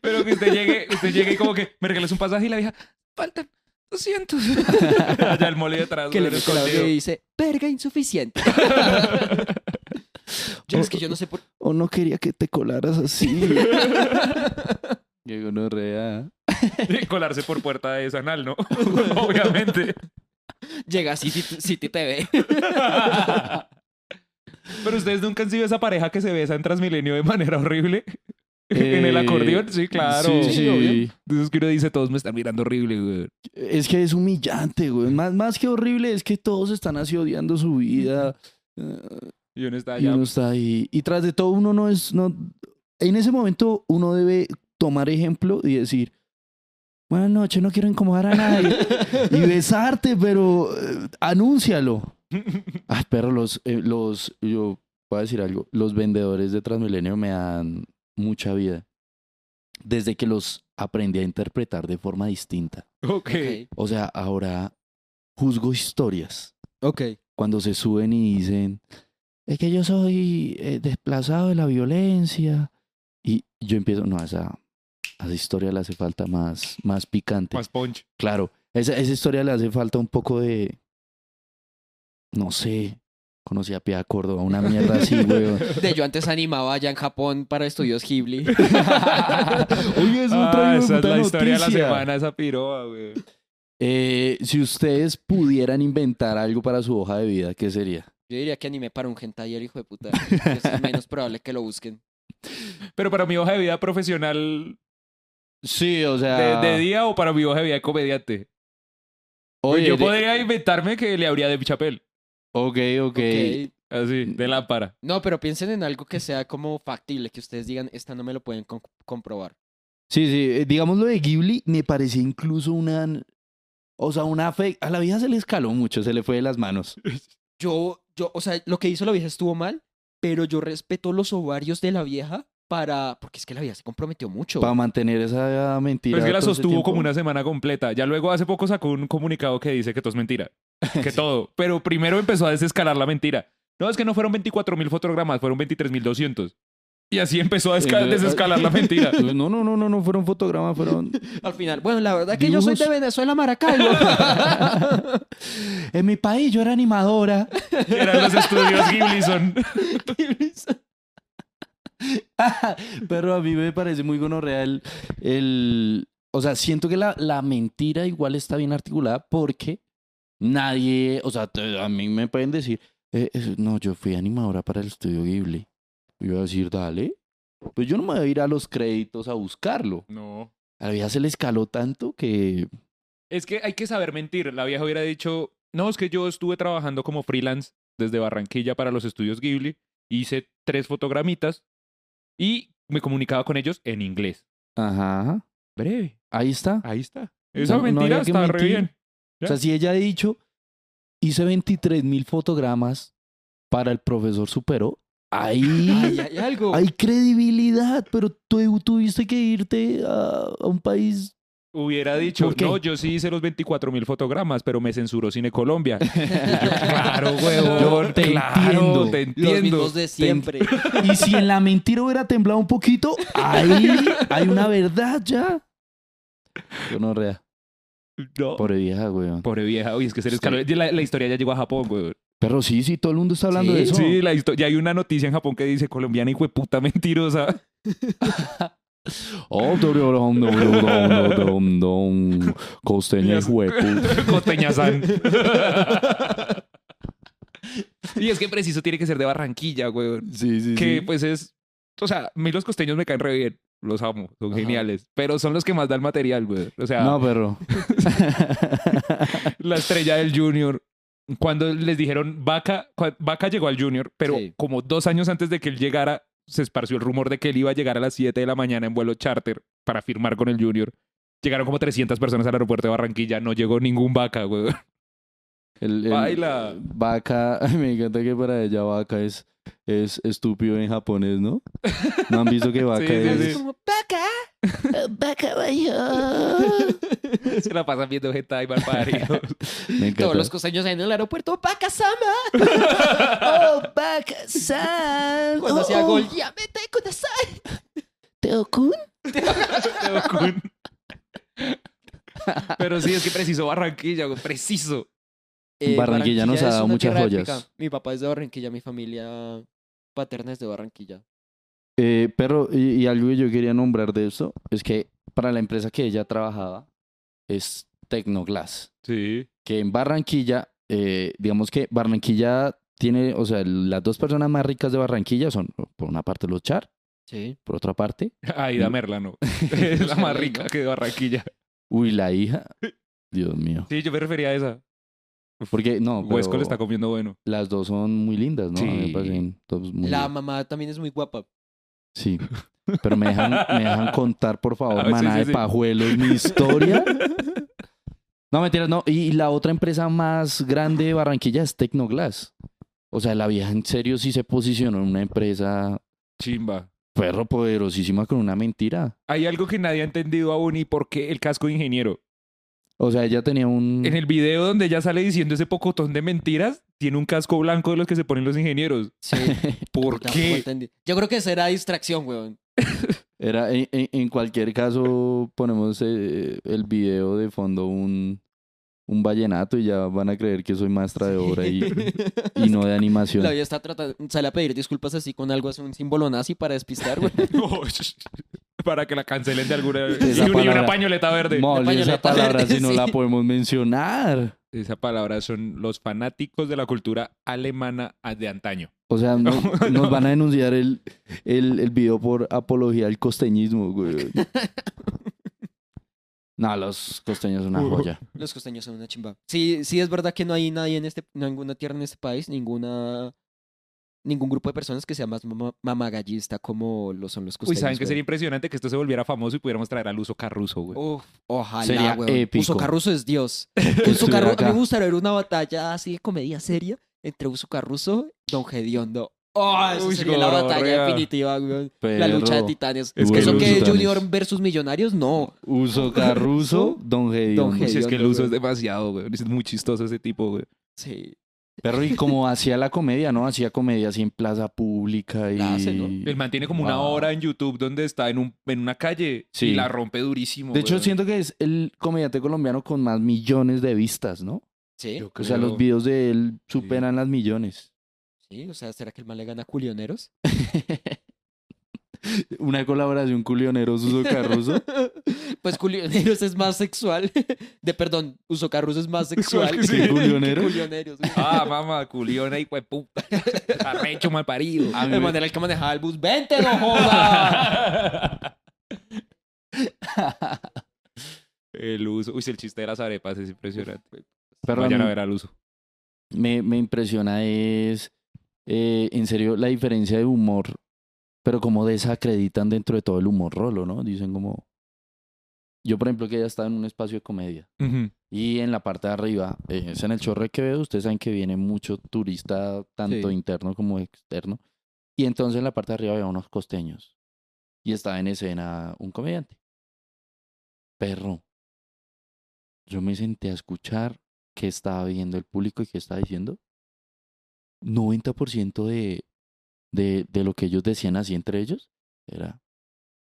[SPEAKER 3] Pero que usted llegue, usted llegue y como que me regalas un pasaje y la vieja, faltan 200. Allá el mole detrás.
[SPEAKER 1] que le
[SPEAKER 3] güey,
[SPEAKER 1] mete la
[SPEAKER 3] escondido.
[SPEAKER 1] audio y dice, verga insuficiente. yo, es que yo no sé por...
[SPEAKER 2] O no quería que te colaras así. Llegó no rea.
[SPEAKER 3] Y colarse por puerta de Sanal, ¿no? Obviamente.
[SPEAKER 1] Llega City, City TV.
[SPEAKER 3] Pero ustedes nunca han sido esa pareja que se besa en Transmilenio de manera horrible. En el acordeón, Eh, sí, claro.
[SPEAKER 2] Eh, Sí,
[SPEAKER 1] Sí, obvio.
[SPEAKER 2] sí.
[SPEAKER 3] Entonces que uno dice, todos me están mirando horrible, güey.
[SPEAKER 2] Es que es humillante, güey. Más, más que horrible es que todos están así odiando su vida. Eh,
[SPEAKER 3] Y uno está
[SPEAKER 2] Y
[SPEAKER 3] allá.
[SPEAKER 2] uno está ahí. Y tras de todo, uno no es. No, en ese momento, uno debe tomar ejemplo y decir: Buenas noches, no quiero incomodar a nadie. y besarte, pero eh, anúncialo. Ay, perro, los, eh, los. Yo voy a decir algo. Los vendedores de Transmilenio me dan mucha vida. Desde que los aprendí a interpretar de forma distinta.
[SPEAKER 3] Ok.
[SPEAKER 2] O sea, ahora juzgo historias
[SPEAKER 1] Ok.
[SPEAKER 2] cuando se suben y dicen, es que yo soy eh, desplazado de la violencia. Y yo empiezo, no, a esa, a esa historia le hace falta más, más picante.
[SPEAKER 3] Más punch.
[SPEAKER 2] Claro, a esa, a esa historia le hace falta un poco de, no sé, conocí a Pia Córdoba, una mierda así, weón.
[SPEAKER 1] De yo antes animaba allá en Japón para estudios Ghibli.
[SPEAKER 2] Oye, es un
[SPEAKER 3] Ah,
[SPEAKER 2] traigo de
[SPEAKER 3] esa es
[SPEAKER 2] puta
[SPEAKER 3] la historia de la
[SPEAKER 2] noticia.
[SPEAKER 3] semana, esa piroa, güey.
[SPEAKER 2] Eh, si ustedes pudieran inventar algo para su hoja de vida, ¿qué sería?
[SPEAKER 1] Yo diría que animé para un hentai el hijo de puta. Eso es menos probable que lo busquen.
[SPEAKER 3] Pero para mi hoja de vida profesional
[SPEAKER 2] Sí, o
[SPEAKER 3] de,
[SPEAKER 2] sea.
[SPEAKER 3] de día o para mi hoja de vida de comediante. Pues
[SPEAKER 2] oye,
[SPEAKER 3] yo
[SPEAKER 2] de-
[SPEAKER 3] podría inventarme que le habría de chapel.
[SPEAKER 2] ok, ok.
[SPEAKER 1] Ok.
[SPEAKER 3] Así, de lámpara.
[SPEAKER 1] No, pero piensen en algo que sea como factible, que ustedes digan, esta no me lo pueden com- comprobar.
[SPEAKER 2] Sí, sí, eh, digamos lo de Ghibli me parecía incluso una... O sea, una fe... A la vieja se le escaló mucho, se le fue de las manos.
[SPEAKER 1] Yo, yo, o sea, lo que hizo la vieja estuvo mal, pero yo respeto los ovarios de la vieja para. Porque es que la vieja se comprometió mucho.
[SPEAKER 2] Para mantener esa mentira.
[SPEAKER 3] Pero Pues es que la
[SPEAKER 2] todo ese
[SPEAKER 3] sostuvo como
[SPEAKER 2] tiempo. Eh,
[SPEAKER 3] una semana completa. Ya luego hace poco sacó un comunicado que dice que todo es mentira. Que todo. Pero primero empezó a desescalar la mentira. No, es que no fueron 24.000 fotogramas, fueron 23.200. Y así empezó a desca-
[SPEAKER 2] Eh,
[SPEAKER 3] desescalar la mentira.
[SPEAKER 2] No, no, no, no, no fueron fotogramas, fueron...
[SPEAKER 1] Al final, bueno, la verdad que yo soy de
[SPEAKER 2] Dibujos.
[SPEAKER 1] Venezuela, Maracaibo.
[SPEAKER 2] en mi país yo era animadora.
[SPEAKER 3] Eran los estudios Ghiblison.
[SPEAKER 2] Pero a mí me parece muy gonorrea el... el- O sea, siento que la, la mentira igual está bien articulada porque nadie... O sea, te- a mí me pueden decir, eh, eh, no, yo fui animadora para el estudio Ghibli. Y yo a decir, dale. Pues yo no me voy a ir a los créditos a buscarlo.
[SPEAKER 3] No.
[SPEAKER 2] A la vieja se le escaló tanto que...
[SPEAKER 3] Es que hay que saber mentir. La vieja hubiera dicho, no, es que yo estuve trabajando como freelance desde Barranquilla para los estudios Ghibli, hice tres fotogramitas y me comunicaba con ellos en inglés.
[SPEAKER 2] Ajá.
[SPEAKER 3] Breve,
[SPEAKER 2] Ahí está.
[SPEAKER 3] ahí está. Esa
[SPEAKER 2] No- no
[SPEAKER 3] mentira
[SPEAKER 2] había que
[SPEAKER 3] está re
[SPEAKER 2] mentir.
[SPEAKER 3] bien.
[SPEAKER 2] O sea, si ella ha dicho, hice 23 mil fotogramas para el profesor Superó,
[SPEAKER 1] Ay,
[SPEAKER 2] ahí
[SPEAKER 1] hay algo.
[SPEAKER 2] hay credibilidad, pero tú tuviste que irte a, a un país.
[SPEAKER 3] Hubiera dicho,
[SPEAKER 2] ¿Por qué?
[SPEAKER 3] no, yo sí hice los 24 mil fotogramas, pero me censuró Cine Colombia. Y yo, claro, huevón,
[SPEAKER 2] Yo te
[SPEAKER 3] claro,
[SPEAKER 2] entiendo.
[SPEAKER 3] te
[SPEAKER 1] los
[SPEAKER 3] entiendo.
[SPEAKER 1] mismos de siempre.
[SPEAKER 2] Y si en la mentira hubiera temblado un poquito, ahí hay una verdad ya. Yo no rea.
[SPEAKER 3] No.
[SPEAKER 2] Pobre vieja, weón.
[SPEAKER 3] Pobre vieja, oye, es que se le escaló. La, la historia ya llegó a Japón, güey.
[SPEAKER 2] Pero sí, sí, todo el mundo está hablando
[SPEAKER 1] Sí,
[SPEAKER 2] de eso.
[SPEAKER 3] Sí, la histo- ya hay una noticia en Japón que dice colombiana hijo de puta mentirosa.
[SPEAKER 2] Oh, dom, dom, dom, dom, dom, dom. Costeña, hijo de puta.
[SPEAKER 3] Costeñazán. y es que preciso tiene que ser de Barranquilla, güey.
[SPEAKER 2] Sí, sí,
[SPEAKER 3] Que
[SPEAKER 2] sí.
[SPEAKER 3] pues es. O sea, a mí los costeños me caen re bien. Los amo, son
[SPEAKER 1] Ajá.
[SPEAKER 3] geniales. Pero son los que más dan material, güey. O sea,
[SPEAKER 2] No, pero.
[SPEAKER 3] la estrella del Junior. Cuando les dijeron Vaca, cua- Vaca llegó al Junior, pero
[SPEAKER 1] Sí.
[SPEAKER 3] como dos años antes de que él llegara, se esparció el rumor de que él iba a llegar a las 7 de la mañana en vuelo charter para firmar con el Junior. Llegaron como 300 personas al aeropuerto de Barranquilla, no llegó ningún Vaca, güey.
[SPEAKER 2] El, el-
[SPEAKER 3] Baila.
[SPEAKER 2] Vaca, me encanta que para ella vaca es, es estúpido en japonés, ¿no? No han visto que vaca
[SPEAKER 3] Sí, sí,
[SPEAKER 2] es.
[SPEAKER 1] Es como, "Vaca".
[SPEAKER 3] Se la pasan viendo hentai mal parido.
[SPEAKER 2] Me encanta.
[SPEAKER 1] Todos los costeños ahí en el aeropuerto, vaca sama.
[SPEAKER 2] Oh, vaca, san.
[SPEAKER 1] Cuando
[SPEAKER 2] Oh,
[SPEAKER 1] hacía
[SPEAKER 2] oh,
[SPEAKER 1] gol, ya mete con esa.
[SPEAKER 2] Teokun.
[SPEAKER 3] Kun. Pero sí, es que preciso Barranquilla, güey, preciso.
[SPEAKER 2] Eh, Barranquilla nos ha
[SPEAKER 1] es
[SPEAKER 2] dado
[SPEAKER 1] una
[SPEAKER 2] muchas
[SPEAKER 1] tierra
[SPEAKER 2] joyas.
[SPEAKER 1] épica. Mi papá es de Barranquilla, mi familia paterna es de Barranquilla.
[SPEAKER 2] Eh, pero, y, y algo que yo quería nombrar de eso es que para la empresa que ella trabajaba es Tecnoglass.
[SPEAKER 3] Sí.
[SPEAKER 2] que en Barranquilla, eh, digamos que Barranquilla tiene, o sea, las dos personas más ricas de Barranquilla son, por una parte, los Char,
[SPEAKER 1] Sí.
[SPEAKER 2] por otra parte,
[SPEAKER 3] Aida Merla, no. Es la más rica que de Barranquilla.
[SPEAKER 2] uy, la hija, Dios mío.
[SPEAKER 3] Sí, yo me refería a esa.
[SPEAKER 2] Porque, no, pero
[SPEAKER 3] Huesco le está comiendo bueno.
[SPEAKER 2] las dos son muy lindas, ¿no? A mí me
[SPEAKER 3] Sí.
[SPEAKER 2] parecen dos muy
[SPEAKER 1] La
[SPEAKER 2] bien.
[SPEAKER 1] mamá también es muy guapa.
[SPEAKER 2] Sí. Pero me dejan, me dejan contar, por favor,
[SPEAKER 3] Ah, sí,
[SPEAKER 2] maná
[SPEAKER 3] sí,
[SPEAKER 2] de
[SPEAKER 3] sí.
[SPEAKER 2] pajuelos, mi historia. No, mentiras, no. Y la otra empresa más grande de Barranquilla es Tecnoglass. O sea, la vieja en serio sí se posicionó en una empresa
[SPEAKER 3] Chimba.
[SPEAKER 2] perro poderosísima con una mentira.
[SPEAKER 3] Hay algo que nadie ha entendido aún y por qué el casco de ingeniero.
[SPEAKER 2] O sea, ella tenía un...
[SPEAKER 3] En el video donde ella sale diciendo ese pocotón de mentiras, tiene un casco blanco de los que se ponen los ingenieros.
[SPEAKER 1] Sí.
[SPEAKER 3] ¿Por
[SPEAKER 1] tampoco
[SPEAKER 3] qué?
[SPEAKER 1] entendí. Yo creo que será distracción, weón.
[SPEAKER 2] Era, en, en- en cualquier caso, ponemos eh, el video de fondo un, un vallenato y ya van a creer que soy maestra de obra y, y no de animación.
[SPEAKER 1] La vida está tratando. Sale a pedir disculpas así con algo, hace un símbolo nazi para despistar, weón.
[SPEAKER 3] No, sh- sh- para que la cancelen de alguna
[SPEAKER 2] Esa
[SPEAKER 3] y, un- y una
[SPEAKER 2] palabra.
[SPEAKER 3] pañoleta verde.
[SPEAKER 2] Molly,
[SPEAKER 1] pañoleta
[SPEAKER 2] esa palabra
[SPEAKER 1] verde,
[SPEAKER 2] si no
[SPEAKER 1] sí.
[SPEAKER 2] la podemos mencionar.
[SPEAKER 3] Esa palabra son los fanáticos de la cultura alemana ah, de antaño.
[SPEAKER 2] O sea, no-
[SPEAKER 3] No, no.
[SPEAKER 2] nos van a denunciar el, el, el video por apología al costeñismo, güey. No, los costeños son una joya.
[SPEAKER 1] Los costeños son una chimba. Sí, sí es verdad que no hay nadie en este, ninguna tierra en este país, ninguna, ningún grupo de personas que sea más mama- mamagallista como lo son los
[SPEAKER 3] Uy,
[SPEAKER 1] costeños.
[SPEAKER 3] ¿saben qué
[SPEAKER 1] weón.
[SPEAKER 3] sería impresionante? Que esto se volviera famoso y pudiéramos traer al uso Carruso, güey.
[SPEAKER 1] Uf, ojalá,
[SPEAKER 2] Sería
[SPEAKER 1] weón.
[SPEAKER 2] épico.
[SPEAKER 1] Uso Carruso es Dios.
[SPEAKER 2] Que
[SPEAKER 1] Uso
[SPEAKER 2] estuviera
[SPEAKER 1] Carru- a mí
[SPEAKER 2] acá.
[SPEAKER 1] me gustaría ver una batalla así de comedia seria entre Uso Carruso y Don Gediondo. Oh, esa
[SPEAKER 3] Uy,
[SPEAKER 1] sería la batalla
[SPEAKER 3] gonorrea.
[SPEAKER 1] definitiva, weón.
[SPEAKER 2] Pero-
[SPEAKER 1] La lucha de titanes.
[SPEAKER 3] Es que
[SPEAKER 1] ¿Eso
[SPEAKER 3] los
[SPEAKER 1] que
[SPEAKER 2] titanes.
[SPEAKER 1] Junior versus Millonarios? No.
[SPEAKER 2] Uso Carruso, Don Hediondo.
[SPEAKER 1] Don Ge-
[SPEAKER 3] Uy, si es que el
[SPEAKER 1] Hediondo,
[SPEAKER 3] uso es
[SPEAKER 1] güey.
[SPEAKER 3] demasiado, güey. Es muy chistoso ese tipo, güey.
[SPEAKER 1] Sí.
[SPEAKER 2] Pero y como hacía la comedia, ¿no? Hacía comedia así en plaza pública y...
[SPEAKER 1] La hace, ¿no?
[SPEAKER 3] Él mantiene como una
[SPEAKER 2] Wow.
[SPEAKER 3] hora en YouTube donde está en, un, en una calle
[SPEAKER 2] Sí.
[SPEAKER 3] y la rompe durísimo.
[SPEAKER 2] De hecho,
[SPEAKER 3] güey.
[SPEAKER 2] siento que es el comediante colombiano con más millones de vistas, ¿no?
[SPEAKER 1] Sí.
[SPEAKER 3] Yo
[SPEAKER 2] O sea,
[SPEAKER 3] creo.
[SPEAKER 2] los videos de él superan las millones.
[SPEAKER 1] Sí, o sea, ¿será que el mal le gana a Culioneros?
[SPEAKER 2] Una colaboración culionero Uso Carruso.
[SPEAKER 1] pues Culioneros es más sexual. De perdón, Uso Carruso es más sexual
[SPEAKER 3] que sí.
[SPEAKER 1] que
[SPEAKER 2] Culioneros.
[SPEAKER 1] Culioneros. güey.
[SPEAKER 3] Ah, mamá, culiona y puta. Arrecho mal parido.
[SPEAKER 2] A mí
[SPEAKER 1] de
[SPEAKER 2] me-
[SPEAKER 1] manera el que manejaba el bus. ¡Vente, no joda!
[SPEAKER 3] El uso. Uy, si el chiste de las arepas es impresionante.
[SPEAKER 2] Pero a
[SPEAKER 3] Vayan a
[SPEAKER 2] mí-
[SPEAKER 3] ver al uso.
[SPEAKER 2] me, me impresiona es, eh, en serio, la diferencia de humor, pero como desacreditan dentro de todo el humor rolo, ¿no? Dicen como... Yo, por ejemplo, que ya estaba en un espacio de comedia y en la parte de arriba, eh, es en el chorro de Quevedo, ustedes saben que viene mucho turista, tanto
[SPEAKER 1] Sí.
[SPEAKER 2] interno como externo, y entonces en la parte de arriba había unos costeños y estaba en escena un comediante. Perro, yo me senté a escuchar qué estaba viendo el público y qué estaba diciendo. 90% de, de, de lo que ellos decían así entre ellos era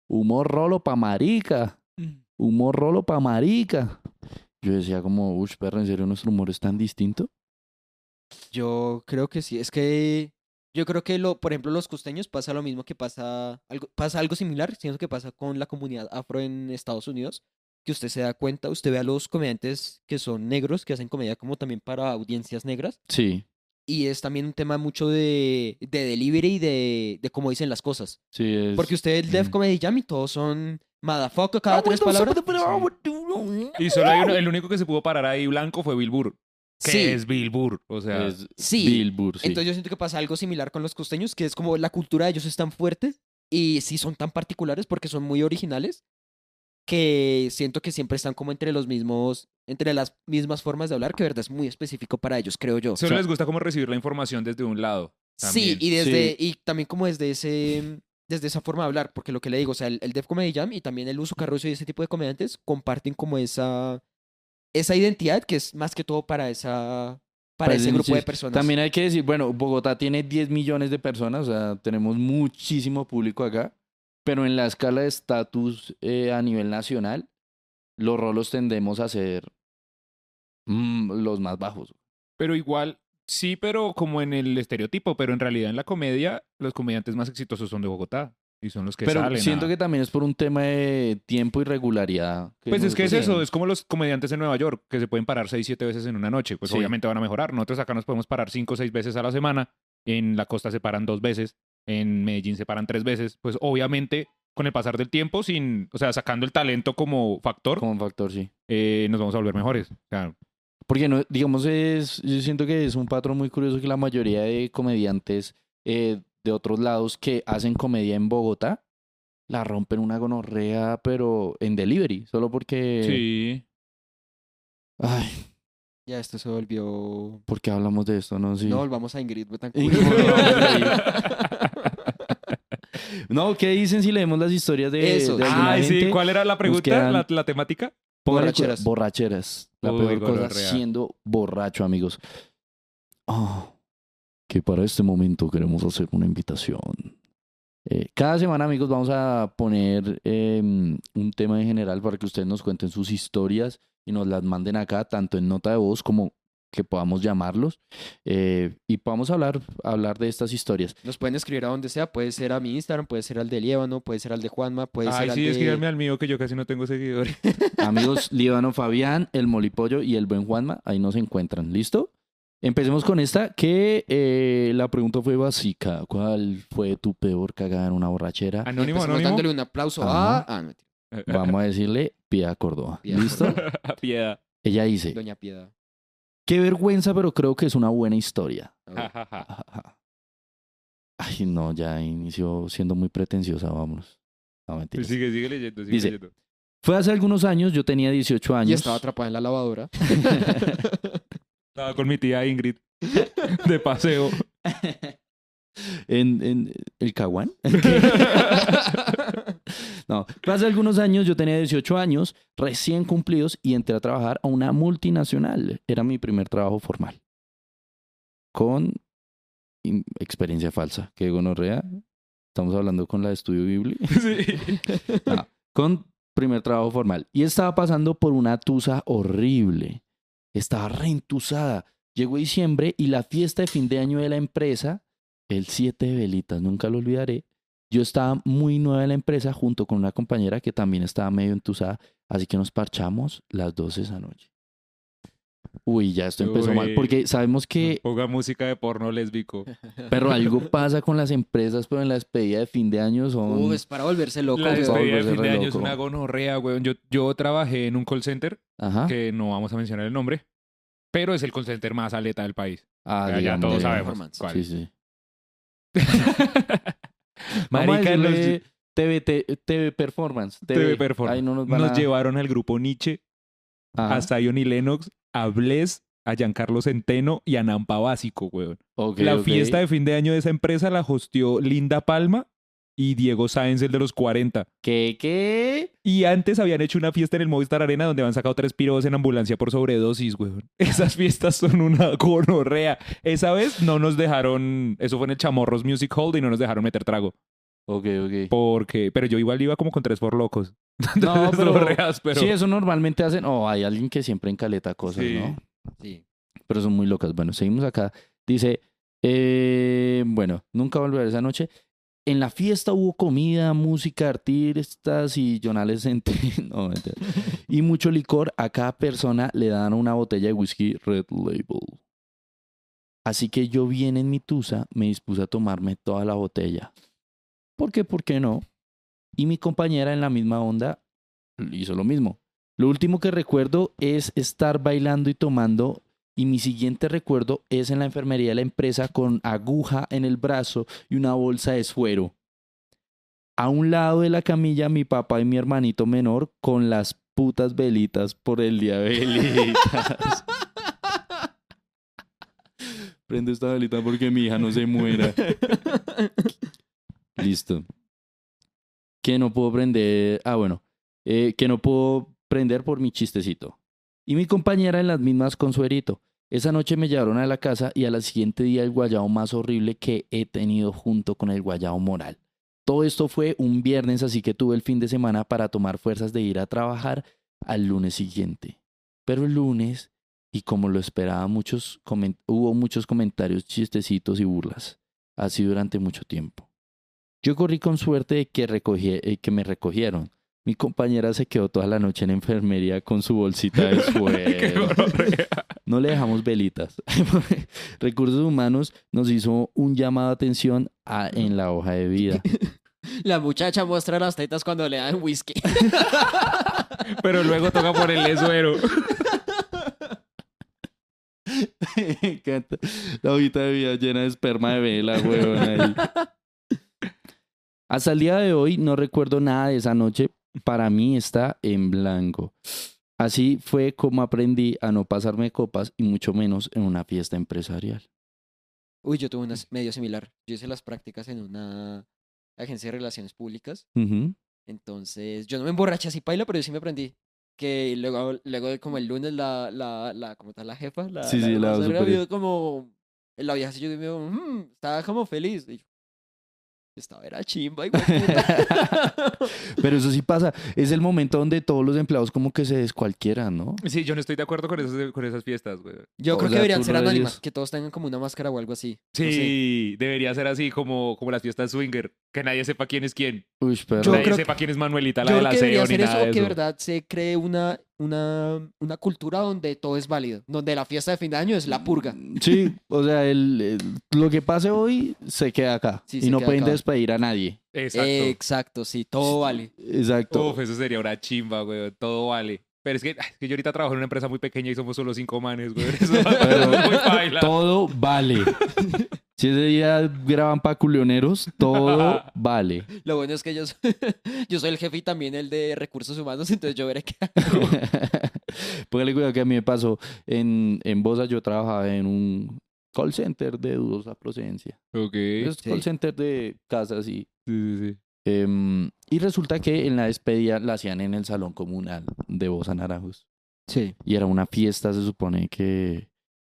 [SPEAKER 2] humor rolo pa' marica, humor rolo pa' marica. Yo decía como, uff, perro, ¿en serio nuestro humor es tan distinto?
[SPEAKER 1] Yo creo que sí. Es que yo creo que, lo, por ejemplo, los costeños pasa lo mismo que pasa algo, pasa algo similar, siento que pasa con la comunidad afro en Estados Unidos, que usted se da cuenta, usted ve a los comediantes que son negros, que hacen comedia como también para audiencias negras.
[SPEAKER 2] Sí,
[SPEAKER 1] y es también un tema mucho de, de delivery y de, de cómo dicen las cosas.
[SPEAKER 2] sí es...
[SPEAKER 1] Porque usted, el Def
[SPEAKER 2] Mm.
[SPEAKER 1] Comedy Jam y todos son motherfucker
[SPEAKER 2] Ah,
[SPEAKER 1] cada tres palabras.
[SPEAKER 3] Y solo hay uno, el único que se pudo parar ahí blanco fue Bilbur. Que
[SPEAKER 1] Sí,
[SPEAKER 3] es Bilbur. O sea,
[SPEAKER 2] Es
[SPEAKER 1] Sí.
[SPEAKER 2] Bilbur, sí.
[SPEAKER 1] entonces yo siento que pasa algo similar con los costeños, que es como la cultura de ellos es tan fuerte y sí son tan particulares porque son muy originales que siento que siempre están como entre los mismos, entre las mismas formas de hablar, que de verdad es muy específico para ellos, creo yo.
[SPEAKER 3] solo les gusta como recibir la información desde un lado.
[SPEAKER 1] Sí,
[SPEAKER 3] también.
[SPEAKER 1] y
[SPEAKER 2] Sí.
[SPEAKER 1] desde y también como desde ese mm, desde esa forma de hablar, porque lo que le digo, o sea, el, el Def Comedy Jam y también el Uso Carruso y ese tipo de comediantes comparten como esa esa identidad que es más que todo para esa para
[SPEAKER 2] Pues,
[SPEAKER 1] ese grupo de
[SPEAKER 2] sí,
[SPEAKER 1] personas.
[SPEAKER 2] También hay que decir, bueno, Bogotá tiene 10 millones de personas, o sea, tenemos muchísimo público acá, pero en la escala de estatus eh, a nivel nacional, los rolos tendemos a ser mm, los más bajos.
[SPEAKER 3] Pero igual, sí, pero como en el estereotipo, pero en realidad en la comedia, los comediantes más exitosos son de Bogotá. Y son los que
[SPEAKER 2] pero
[SPEAKER 3] salen. ah.
[SPEAKER 2] siento
[SPEAKER 3] a-
[SPEAKER 2] que también es por un tema de tiempo y regularidad.
[SPEAKER 3] Pues es que
[SPEAKER 2] nosotros
[SPEAKER 3] es eso,
[SPEAKER 2] tenemos.
[SPEAKER 3] es como los comediantes en Nueva York, que se pueden parar seis, siete veces en una noche, pues
[SPEAKER 2] Sí.
[SPEAKER 3] obviamente van a mejorar. Nosotros acá nos podemos parar cinco o seis veces a la semana, en la costa se paran dos veces, en Medellín se paran tres veces, pues obviamente con el pasar del tiempo, sin, o sea, sacando el talento como factor,
[SPEAKER 2] Como un factor, sí.
[SPEAKER 3] eh, nos vamos a volver mejores. O sea,
[SPEAKER 2] Porque no, digamos, es, yo siento que es un patrón muy curioso que la mayoría de comediantes eh, de otros lados que hacen comedia en Bogotá la rompen una gonorrea, pero en delivery, solo
[SPEAKER 3] eh,
[SPEAKER 2] porque.
[SPEAKER 3] sí.
[SPEAKER 2] Ay,
[SPEAKER 1] Ya esto se volvió
[SPEAKER 2] ¿por qué hablamos de esto? No, sí.
[SPEAKER 1] No, volvamos a Ingrid Betancourt.
[SPEAKER 2] Ingrid Betancourt. No, ¿qué dicen si leemos las historias de,
[SPEAKER 1] Eso.
[SPEAKER 2] de alguna
[SPEAKER 3] Ay, sí,
[SPEAKER 2] gente?
[SPEAKER 3] ¿cuál era la pregunta?
[SPEAKER 2] quedan-
[SPEAKER 3] ¿La, la temática?
[SPEAKER 2] Póngale cu-
[SPEAKER 1] Borracheras.
[SPEAKER 2] Borracheras. La
[SPEAKER 3] Uy,
[SPEAKER 2] peor cosa
[SPEAKER 3] gonorrea.
[SPEAKER 2] siendo borracho, amigos. Ah, que para este momento queremos hacer una invitación. Eh, cada semana, amigos, vamos a poner eh, un tema en general para que ustedes nos cuenten sus historias y nos las manden acá, tanto en nota de voz como que podamos llamarlos eh, y podamos hablar, hablar de estas historias.
[SPEAKER 1] Nos pueden escribir a donde sea, puede ser a mi Instagram, puede ser al de Líbano, puede ser al de Juanma, puede ser
[SPEAKER 3] Ay,
[SPEAKER 1] al
[SPEAKER 3] sí,
[SPEAKER 1] de...
[SPEAKER 3] escríbanme al mío que yo casi no tengo seguidores.
[SPEAKER 2] Amigos, Líbano Fabián, el Molipollo y el Buen Juanma, ahí nos encuentran. ¿Listo? Empecemos con esta, que eh, la pregunta fue básica. ¿Cuál fue tu peor cagada en una borrachera?
[SPEAKER 3] Anónimo,
[SPEAKER 1] Empecemos
[SPEAKER 3] anónimo.
[SPEAKER 1] dándole un aplauso a... Ah, no, mentira.
[SPEAKER 2] Vamos a decirle Pia Córdoba.
[SPEAKER 1] Pia
[SPEAKER 2] ¿Listo?
[SPEAKER 3] Ah, Piedad.
[SPEAKER 2] Ella dice,
[SPEAKER 1] Doña Piedad.
[SPEAKER 2] qué vergüenza, pero creo que es una buena historia.
[SPEAKER 1] A ver.
[SPEAKER 2] Ay, no, ya inició siendo muy pretenciosa, vámonos. No,
[SPEAKER 1] Pues
[SPEAKER 2] mentiras.
[SPEAKER 3] Pues Sigue, sigue leyendo, sigue
[SPEAKER 2] Dice,
[SPEAKER 3] leyendo.
[SPEAKER 2] Fue hace algunos años, yo tenía 18 años.
[SPEAKER 1] Y estaba atrapada en la lavadora.
[SPEAKER 3] Estaba con mi tía Ingrid de paseo.
[SPEAKER 2] en, en el Caguán. no, fue hace algunos años, yo tenía 18 años, recién cumplidos, y entré a trabajar a una multinacional. Era mi primer trabajo formal. Con in- experiencia falsa, que gonorrea. Estamos hablando con la de Estudio Biblia.
[SPEAKER 3] Sí.
[SPEAKER 2] con primer trabajo formal. Y estaba pasando por una tusa horrible. Estaba reentusada. Llegó diciembre y la fiesta de fin de año de la empresa, el 7 de velitas, nunca lo olvidaré. Yo estaba muy nueva en la empresa junto con una compañera que también estaba medio entusada, así que nos parchamos las 12 esa noche. Uy, ya esto empezó mal,
[SPEAKER 3] Uy.
[SPEAKER 2] porque sabemos que
[SPEAKER 3] Ponga música de porno lésbico.
[SPEAKER 2] Pero algo pasa con las empresas, pero en la despedida de fin de año son...
[SPEAKER 1] Uh, es para volverse loco.
[SPEAKER 3] La
[SPEAKER 1] weón.
[SPEAKER 3] despedida de
[SPEAKER 2] volverse
[SPEAKER 3] fin de
[SPEAKER 2] re
[SPEAKER 3] año es
[SPEAKER 2] loco.
[SPEAKER 3] una gonorrea, weón. Yo, yo trabajé en un call center
[SPEAKER 2] Ajá.
[SPEAKER 3] que no vamos a mencionar el nombre, pero es el call center más aleta del país.
[SPEAKER 2] Ah,
[SPEAKER 3] Ya- ya
[SPEAKER 2] digamos,
[SPEAKER 3] todos
[SPEAKER 2] digamos.
[SPEAKER 3] sabemos
[SPEAKER 1] performance.
[SPEAKER 3] cuál.
[SPEAKER 2] Sí, sí.
[SPEAKER 3] Marica,
[SPEAKER 2] Vamos a
[SPEAKER 3] nos-
[SPEAKER 2] decirle TV, TV Performance. TV,
[SPEAKER 3] TV Performance.
[SPEAKER 2] Ahí no nos van
[SPEAKER 3] Nos
[SPEAKER 2] a- Ah,
[SPEAKER 3] llevaron al grupo Nietzsche,
[SPEAKER 2] Ajá,
[SPEAKER 3] a Zion y Lennox, a Bless, a Giancarlo Centeno y a Nampa Básico, weón.
[SPEAKER 2] ok,
[SPEAKER 3] la
[SPEAKER 2] ok.
[SPEAKER 3] fiesta de fin de año de esa empresa la hosteó Linda Palma y Diego Sáenz, el de los 40.
[SPEAKER 2] ¿Qué, qué?
[SPEAKER 3] Y antes habían hecho una fiesta en el Movistar Arena donde habían sacado tres piros en ambulancia por sobredosis, weón. Esas fiestas son una gonorrea. Esa vez no nos dejaron, eso fue en el Chamorros Music Hall y no nos dejaron meter trago.
[SPEAKER 2] Ok, ok.
[SPEAKER 3] Porque, pero yo igual iba como con tres por locos.
[SPEAKER 2] No, pero-
[SPEAKER 3] Gonorreas, pero...
[SPEAKER 2] Sí, eso normalmente hacen... O hay alguien que siempre encaleta cosas,
[SPEAKER 3] Sí.
[SPEAKER 2] ¿no?
[SPEAKER 1] Sí.
[SPEAKER 2] Pero son muy locas. Bueno, seguimos acá. Dice, eh, bueno, nunca volveré esa noche. En la fiesta hubo comida, música, artistas y jonales no, mentira. y mucho licor. A cada persona le dan una botella de whisky Red Label. Así que yo bien en mi tusa me dispuse a tomarme toda la botella. ¿Por qué? ¿Por qué no? Y mi compañera en la misma onda hizo lo mismo. Lo último que recuerdo es estar bailando y tomando y mi siguiente recuerdo es en la enfermería de la empresa con aguja en el brazo y una bolsa de suero. A un lado de la camilla mi papá y mi hermanito menor con las putas velitas por el día de velitas. Prende esta velita porque mi hija no se muera. Listo. Que no puedo prender. Ah, bueno. Eh, que no puedo prender por mi chistecito. Y mi compañera en las mismas con suerito. Esa noche me llevaron a la casa y al siguiente día el guayao más horrible que he tenido junto con el guayao moral. Todo esto fue un viernes, así que tuve el fin de semana para tomar fuerzas de ir a trabajar al lunes siguiente. Pero el lunes, y como lo esperaba, muchos comen- hubo muchos comentarios, chistecitos y burlas. Así durante mucho tiempo. Yo corrí con suerte de que, recogí- eh, que me recogieron. Mi compañera se quedó toda la noche en enfermería con su bolsita de
[SPEAKER 3] Qué
[SPEAKER 2] suero.
[SPEAKER 3] gonorrea.
[SPEAKER 2] No le dejamos velitas. Recursos Humanos nos hizo un llamado de atención a- en la hoja de vida.
[SPEAKER 1] La muchacha muestra las tetas cuando le dan whisky.
[SPEAKER 3] Pero luego toca ponerle suero.
[SPEAKER 2] Me encanta. La hojita de vida llena de esperma de vela, huevón. ahí. Hasta el día de hoy no recuerdo nada de esa noche. Para mí está en blanco. Así fue como aprendí a no pasarme copas y mucho menos en una fiesta empresarial.
[SPEAKER 1] Uy, yo tuve una s- medio similar. Yo hice las prácticas en una agencia de relaciones públicas.
[SPEAKER 2] Ujú.
[SPEAKER 1] Entonces, yo no me emborraché así paila, pero yo sí me aprendí. Que luego, luego de como el lunes, la, la, la, como tal, la jefa, la,
[SPEAKER 2] Sí, sí, la
[SPEAKER 1] vocera
[SPEAKER 2] superior.
[SPEAKER 1] vio como, la vieja se llegó y me dijo, "Mm, estaba como feliz. Y yo, Esta era chimba, hijo de puta.
[SPEAKER 2] Pero eso sí pasa. Es el momento donde todos los empleados como que se descualquieran, ¿no?
[SPEAKER 3] Sí, yo no estoy de acuerdo con esas, con esas fiestas, güey.
[SPEAKER 1] Yo
[SPEAKER 2] O
[SPEAKER 1] creo que
[SPEAKER 2] sea,
[SPEAKER 1] deberían
[SPEAKER 2] tú
[SPEAKER 1] ser
[SPEAKER 2] lo
[SPEAKER 1] anónimas,
[SPEAKER 2] dices.
[SPEAKER 1] que todos tengan como una máscara o algo así. No sé.
[SPEAKER 3] Sí, debería ser así como, como las fiestas swinger, que nadie sepa quién es quién.
[SPEAKER 2] Uy, pero...
[SPEAKER 1] Yo
[SPEAKER 3] nadie
[SPEAKER 1] creo
[SPEAKER 3] sepa quién es Manuelita, la
[SPEAKER 1] Yo
[SPEAKER 3] de
[SPEAKER 1] creo
[SPEAKER 3] la
[SPEAKER 1] que debería
[SPEAKER 3] SEO, ni
[SPEAKER 1] ser eso,
[SPEAKER 3] nada de
[SPEAKER 1] que
[SPEAKER 3] eso.
[SPEAKER 1] de verdad se cree una, una, una cultura donde todo es válido, donde la fiesta de fin de año es la purga.
[SPEAKER 3] Mm,
[SPEAKER 2] Sí, o sea, el, el- lo que pase hoy se queda acá.
[SPEAKER 1] Sí, se
[SPEAKER 2] y no
[SPEAKER 1] queda
[SPEAKER 2] pueden
[SPEAKER 1] acá.
[SPEAKER 2] despedir a nadie.
[SPEAKER 3] Exacto.
[SPEAKER 1] Exacto, sí, todo vale.
[SPEAKER 2] Exacto.
[SPEAKER 3] Uf, eso sería una chimba, güey. Todo vale. Pero es que, ay, es que yo ahorita trabajo en una empresa muy pequeña y somos solo cinco manes, güey. Eso,
[SPEAKER 2] Pero
[SPEAKER 3] es muy paila.
[SPEAKER 2] todo vale. si ese día graban pa' culioneros, todo vale.
[SPEAKER 1] Lo bueno es que yo, soy- yo soy el jefe y también el de recursos humanos, entonces yo veré que...
[SPEAKER 2] Póngale cuidado que a mí me pasó. En, en Bosa yo trabajaba en un call center de dudosa procedencia.
[SPEAKER 3] Ok.
[SPEAKER 2] Es
[SPEAKER 1] Sí.
[SPEAKER 2] call center de casas y...
[SPEAKER 3] Sí, sí, sí.
[SPEAKER 2] em, y resulta que en la despedida la hacían en el salón comunal de Bosa Naranjos.
[SPEAKER 1] Sí.
[SPEAKER 2] Y era una fiesta, se supone que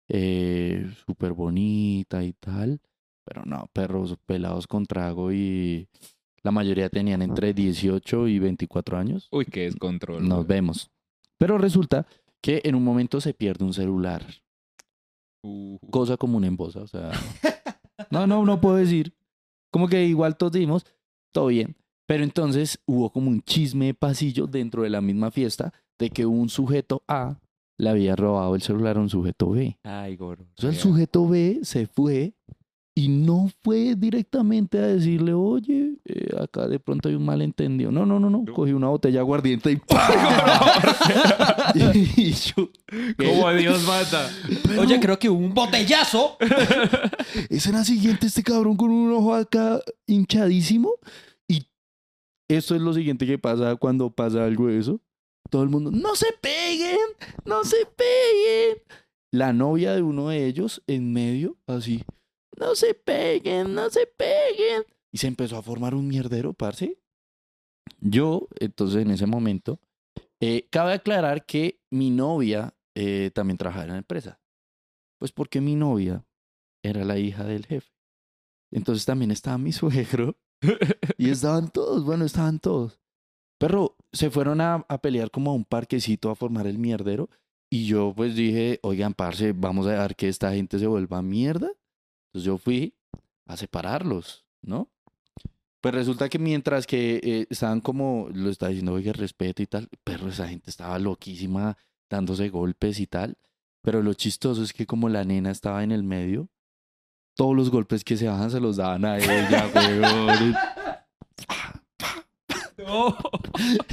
[SPEAKER 2] eh, súper bonita y tal. Pero no, perros pelados con trago y la mayoría tenían entre 18 y 24 años.
[SPEAKER 3] Uy, qué descontrol.
[SPEAKER 2] Nos
[SPEAKER 3] güey.
[SPEAKER 2] vemos. Pero resulta que en un momento se pierde un celular.
[SPEAKER 3] Uh, uh.
[SPEAKER 2] Cosa común en Bosa, o sea. No, no, no puedo decir. Como que igual todos dimos, todo bien. Pero entonces hubo como un chisme de pasillo dentro de la misma fiesta de que un sujeto A le había robado el celular a un sujeto B.
[SPEAKER 3] Ay, gordo.
[SPEAKER 2] Entonces el sujeto B se fue y no fue directamente a decirle, oye, eh, acá de pronto hay un malentendido. No, no, no, no.
[SPEAKER 3] No.
[SPEAKER 2] Cogí una botella aguardiente y ¡pam! y yo,
[SPEAKER 3] Como Dios mata.
[SPEAKER 1] Oye, creo que hubo un botellazo.
[SPEAKER 2] es en la siguiente este cabrón con un ojo acá hinchadísimo. Y esto es lo siguiente que pasa cuando pasa algo de eso. Todo el mundo, no se peguen, no se peguen. La novia de uno de ellos en medio, así, no se peguen, no se peguen. Y se empezó a formar un mierdero, parce. Yo, entonces, en ese momento, eh, cabe aclarar que mi novia eh, también trabajaba en la empresa. Pues porque mi novia era la hija del jefe. Entonces también estaba mi suegro y estaban todos, bueno, estaban todos. Pero se fueron a, a pelear como a un parquecito a formar el mierdero y yo pues dije, oigan, parce, vamos a dejar que esta gente se vuelva mierda. Entonces yo fui a separarlos, ¿no? Pues resulta que mientras que eh, estaban como, lo está diciendo, oiga, respeto y tal, pero esa gente estaba loquísima dándose golpes y tal. Pero lo chistoso es que como la nena estaba en el medio, todos los golpes que se daban se los daban a ella, weón.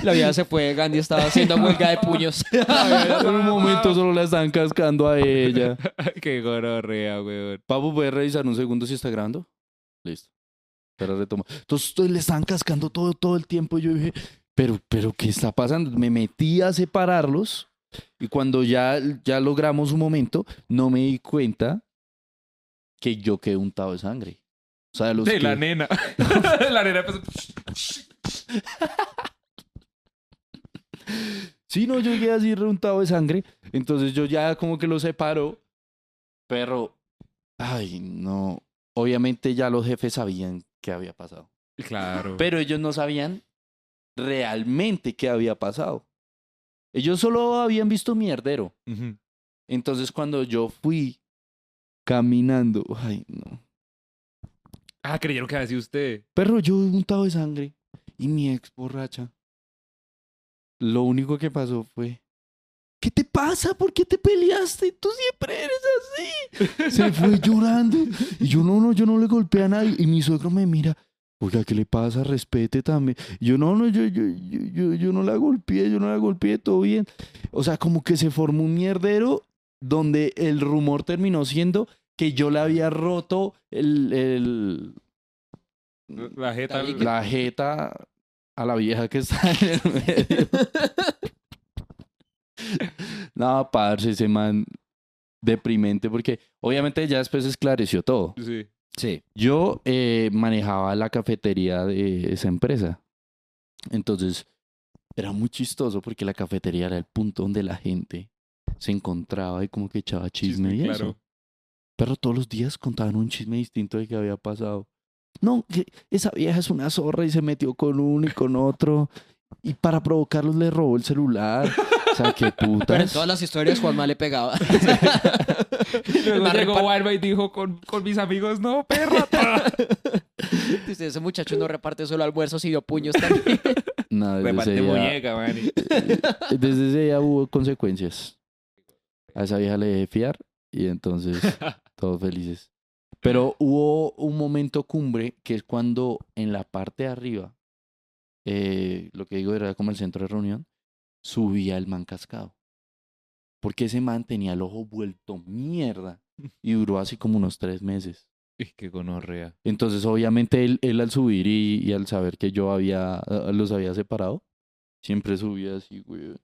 [SPEAKER 1] La vida se fue, Gandhi estaba haciendo huelga de puños.
[SPEAKER 2] en un momento solo la estaban cascando a ella.
[SPEAKER 3] Ay, qué gororrea, güey.
[SPEAKER 2] Papu, ¿puedes revisar un segundo si está grabando? Listo. Pero retomo. Entonces to- le estaban cascando todo, todo el tiempo. y Yo dije, pero, pero, ¿qué está pasando? Me metí a separarlos y cuando ya, ya logramos un momento, no me di cuenta que yo quedé untado de sangre. O sea, de los
[SPEAKER 3] De la
[SPEAKER 2] que-
[SPEAKER 3] nena. la nena
[SPEAKER 2] pues,
[SPEAKER 3] empezó.
[SPEAKER 2] Sí, no, yo llegué así reuntado de sangre. Entonces yo ya como que lo separo. Pero, ay, no. Obviamente ya los jefes sabían qué había pasado.
[SPEAKER 3] Claro.
[SPEAKER 2] Pero ellos no sabían realmente qué había pasado. Ellos solo habían visto mierdero.
[SPEAKER 3] Ujú.
[SPEAKER 2] Entonces cuando yo fui caminando, ay, no.
[SPEAKER 3] Ah, creyeron que así usted.
[SPEAKER 2] Perro, yo untado de sangre y mi ex borracha. Lo único que pasó fue, ¿qué te pasa? ¿Por qué te peleaste? Tú siempre eres así. Se fue llorando. Y yo no, no, yo no le golpeé a nadie. Y mi suegro me mira, oiga, ¿qué le pasa? Respete también. Y yo no, no, yo, yo, yo, yo, yo no la golpeé, yo no la golpeé, todo bien. O sea, como que se formó un mierdero donde el rumor terminó siendo que yo le había roto el- el, Mm,
[SPEAKER 3] La jeta.
[SPEAKER 1] Ay,
[SPEAKER 2] la jeta a la vieja que está en el medio. no, parce, ese man deprimente porque obviamente ya después esclareció todo.
[SPEAKER 3] Sí.
[SPEAKER 1] Sí.
[SPEAKER 2] Yo eh, manejaba la cafetería de esa empresa. Entonces, era muy chistoso porque la cafetería era el punto donde la gente se encontraba y como que echaba chisme, y eso.
[SPEAKER 3] claro.
[SPEAKER 2] Pero todos los días contaban un chisme distinto de qué había pasado. No, que esa vieja es una zorra y se metió con uno y con otro. Y para provocarlos le robó el celular. O sea, qué
[SPEAKER 1] Pero en
[SPEAKER 2] putas.
[SPEAKER 1] todas las historias Juanma le pegaba.
[SPEAKER 3] Luego
[SPEAKER 1] Más
[SPEAKER 3] llegó
[SPEAKER 1] repar-
[SPEAKER 3] Barba y dijo con, con mis amigos, no, perra. ta".
[SPEAKER 1] Dice, ese muchacho no reparte solo almuerzos y dio puños también.
[SPEAKER 2] No, desde
[SPEAKER 3] Reparte
[SPEAKER 2] ese día-
[SPEAKER 3] muñeca, man.
[SPEAKER 2] Desde ese día hubo consecuencias. A esa vieja le dejé fiar y entonces todos felices. Pero hubo un momento cumbre que es cuando en la parte de arriba, eh, lo que digo era como el centro de reunión, subía el man cascado. Porque ese man tenía el ojo vuelto mierda y duró así como unos tres meses.
[SPEAKER 6] Qué gonorrea.
[SPEAKER 2] Entonces, obviamente, él, él al subir y, y al saber que yo había, eh, los había separado, siempre subía así, güey.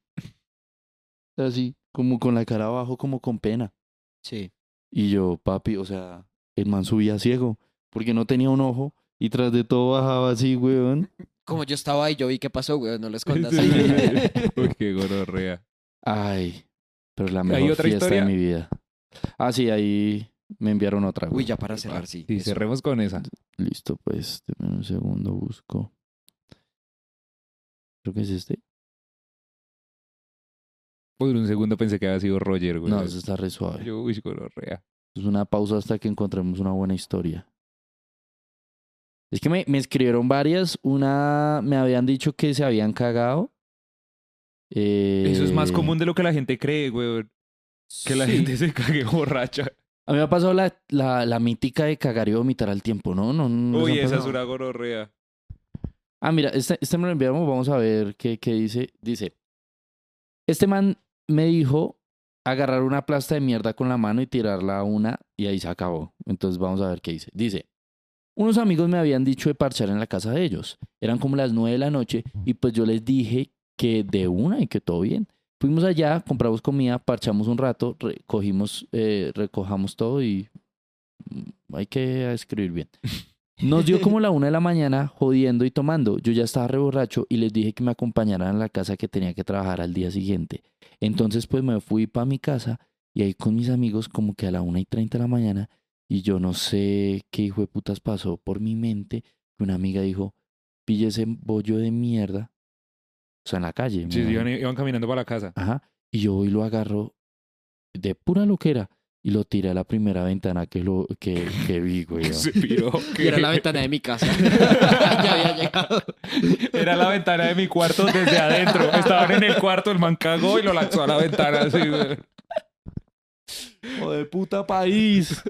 [SPEAKER 2] Así, como con la cara abajo, como con pena.
[SPEAKER 1] Sí.
[SPEAKER 2] Y yo, papi, o sea, el man subía ciego, porque no tenía un ojo, y tras de todo bajaba así, weón.
[SPEAKER 1] Como yo estaba ahí, yo vi qué pasó, güey. No les contas.
[SPEAKER 3] Uy, qué gonorrea.
[SPEAKER 2] Ay, pero la mejor
[SPEAKER 3] otra
[SPEAKER 2] fiesta
[SPEAKER 3] historia?
[SPEAKER 2] de mi vida. Ah, sí, ahí me enviaron otra.
[SPEAKER 1] Uy,
[SPEAKER 2] güey.
[SPEAKER 1] ya para cerrar, sí.
[SPEAKER 3] Y
[SPEAKER 1] eso.
[SPEAKER 3] cerremos con esa.
[SPEAKER 2] Listo, pues, deme un segundo, busco. Creo que es este.
[SPEAKER 3] Por un segundo pensé que había sido Roger, güey.
[SPEAKER 2] No, eso está re suave.
[SPEAKER 3] Yo, uy, gonorrea.
[SPEAKER 2] Es una pausa hasta que encontremos una buena historia. Es que me, me escribieron varias. Una me habían dicho que se habían cagado.
[SPEAKER 3] Eso es más
[SPEAKER 2] Eh,
[SPEAKER 3] común de lo que la gente cree, güey. Que la
[SPEAKER 1] Sí.
[SPEAKER 3] gente se cague borracha.
[SPEAKER 2] A mí me ha pasado la, la, la mítica de cagar y vomitar al tiempo, ¿no? no, no les
[SPEAKER 3] Uy,
[SPEAKER 2] ha
[SPEAKER 3] esa es
[SPEAKER 2] pasado?
[SPEAKER 3] una gonorrea.
[SPEAKER 2] Ah, mira, este, este me lo enviamos, vamos a ver qué, qué dice. Dice, este man me dijo agarrar una plasta de mierda con la mano y tirarla a una y ahí se acabó. Entonces vamos a ver qué dice. Dice, unos amigos me habían dicho de parchar en la casa de ellos. Eran como las nueve de la noche y pues yo les dije que de una y que todo bien. Fuimos allá, compramos comida, parchamos un rato, recogimos, eh, recojamos todo y mm, hay que escribir bien. Nos dio como la una de la mañana jodiendo y tomando. Yo ya estaba reborracho y les dije que me acompañaran a la casa que tenía que trabajar al día siguiente. Entonces pues me fui para mi casa y ahí con mis amigos como que a la una y treinta de la mañana y yo no sé qué hijo de putas pasó por mi mente que una amiga dijo, pille ese bollo de mierda. O sea, en la calle. me
[SPEAKER 3] Sí, sí,
[SPEAKER 2] imagino.
[SPEAKER 3] iban, iban caminando para la casa.
[SPEAKER 2] Ajá. Y yo hoy lo agarro de pura loquera y lo tiré a la primera ventana que, lo, que, que vi, güey. ah.
[SPEAKER 3] Se piró.
[SPEAKER 1] Y era la ventana de mi casa. ya había llegado.
[SPEAKER 3] Era la ventana de mi cuarto desde adentro. Estaban en el cuarto, el man cagó y lo lanzó a la ventana así, güey.
[SPEAKER 2] ¡Hijo de puta país!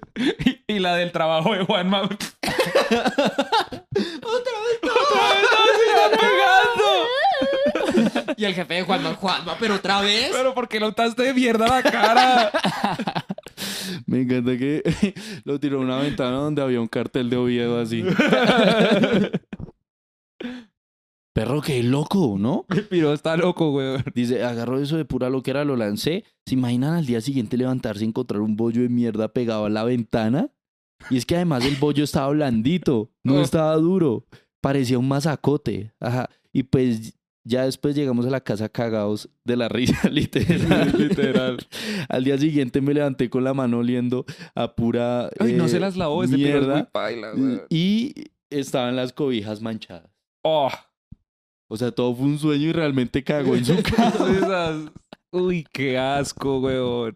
[SPEAKER 3] Y, y la del trabajo de Juanma. ¡Otra vez! ¡Otra vez! ¡No, se está pegando!
[SPEAKER 1] Y el jefe de Juanma, Juanma, pero otra vez.
[SPEAKER 3] Pero ¿por qué lo untaste de mierda a la cara?
[SPEAKER 2] Me encanta que lo tiró a una ventana donde había un cartel de Oviedo así. Perro, qué loco, ¿no?
[SPEAKER 3] El piro está loco, güey.
[SPEAKER 2] Dice, agarró eso de pura loquera, lo lancé. ¿Se imaginan al día siguiente levantarse y encontrar un bollo de mierda pegado a la ventana? Y es que además el bollo estaba blandito, no
[SPEAKER 3] Oh.
[SPEAKER 2] estaba duro. Parecía un mazacote. Ajá. Y pues ya después llegamos a la casa cagados de la risa, literal.
[SPEAKER 3] Literal.
[SPEAKER 2] Al día siguiente me levanté con la mano oliendo a pura.
[SPEAKER 3] Ay, no
[SPEAKER 2] eh,
[SPEAKER 3] se las lavó ese piro es muy
[SPEAKER 2] mierda.
[SPEAKER 3] paila, güey.
[SPEAKER 2] Y estaban las cobijas manchadas.
[SPEAKER 3] Oh,
[SPEAKER 2] O sea, todo fue un sueño y realmente cagó en su casa.
[SPEAKER 3] esas- Uy, qué asco, güey.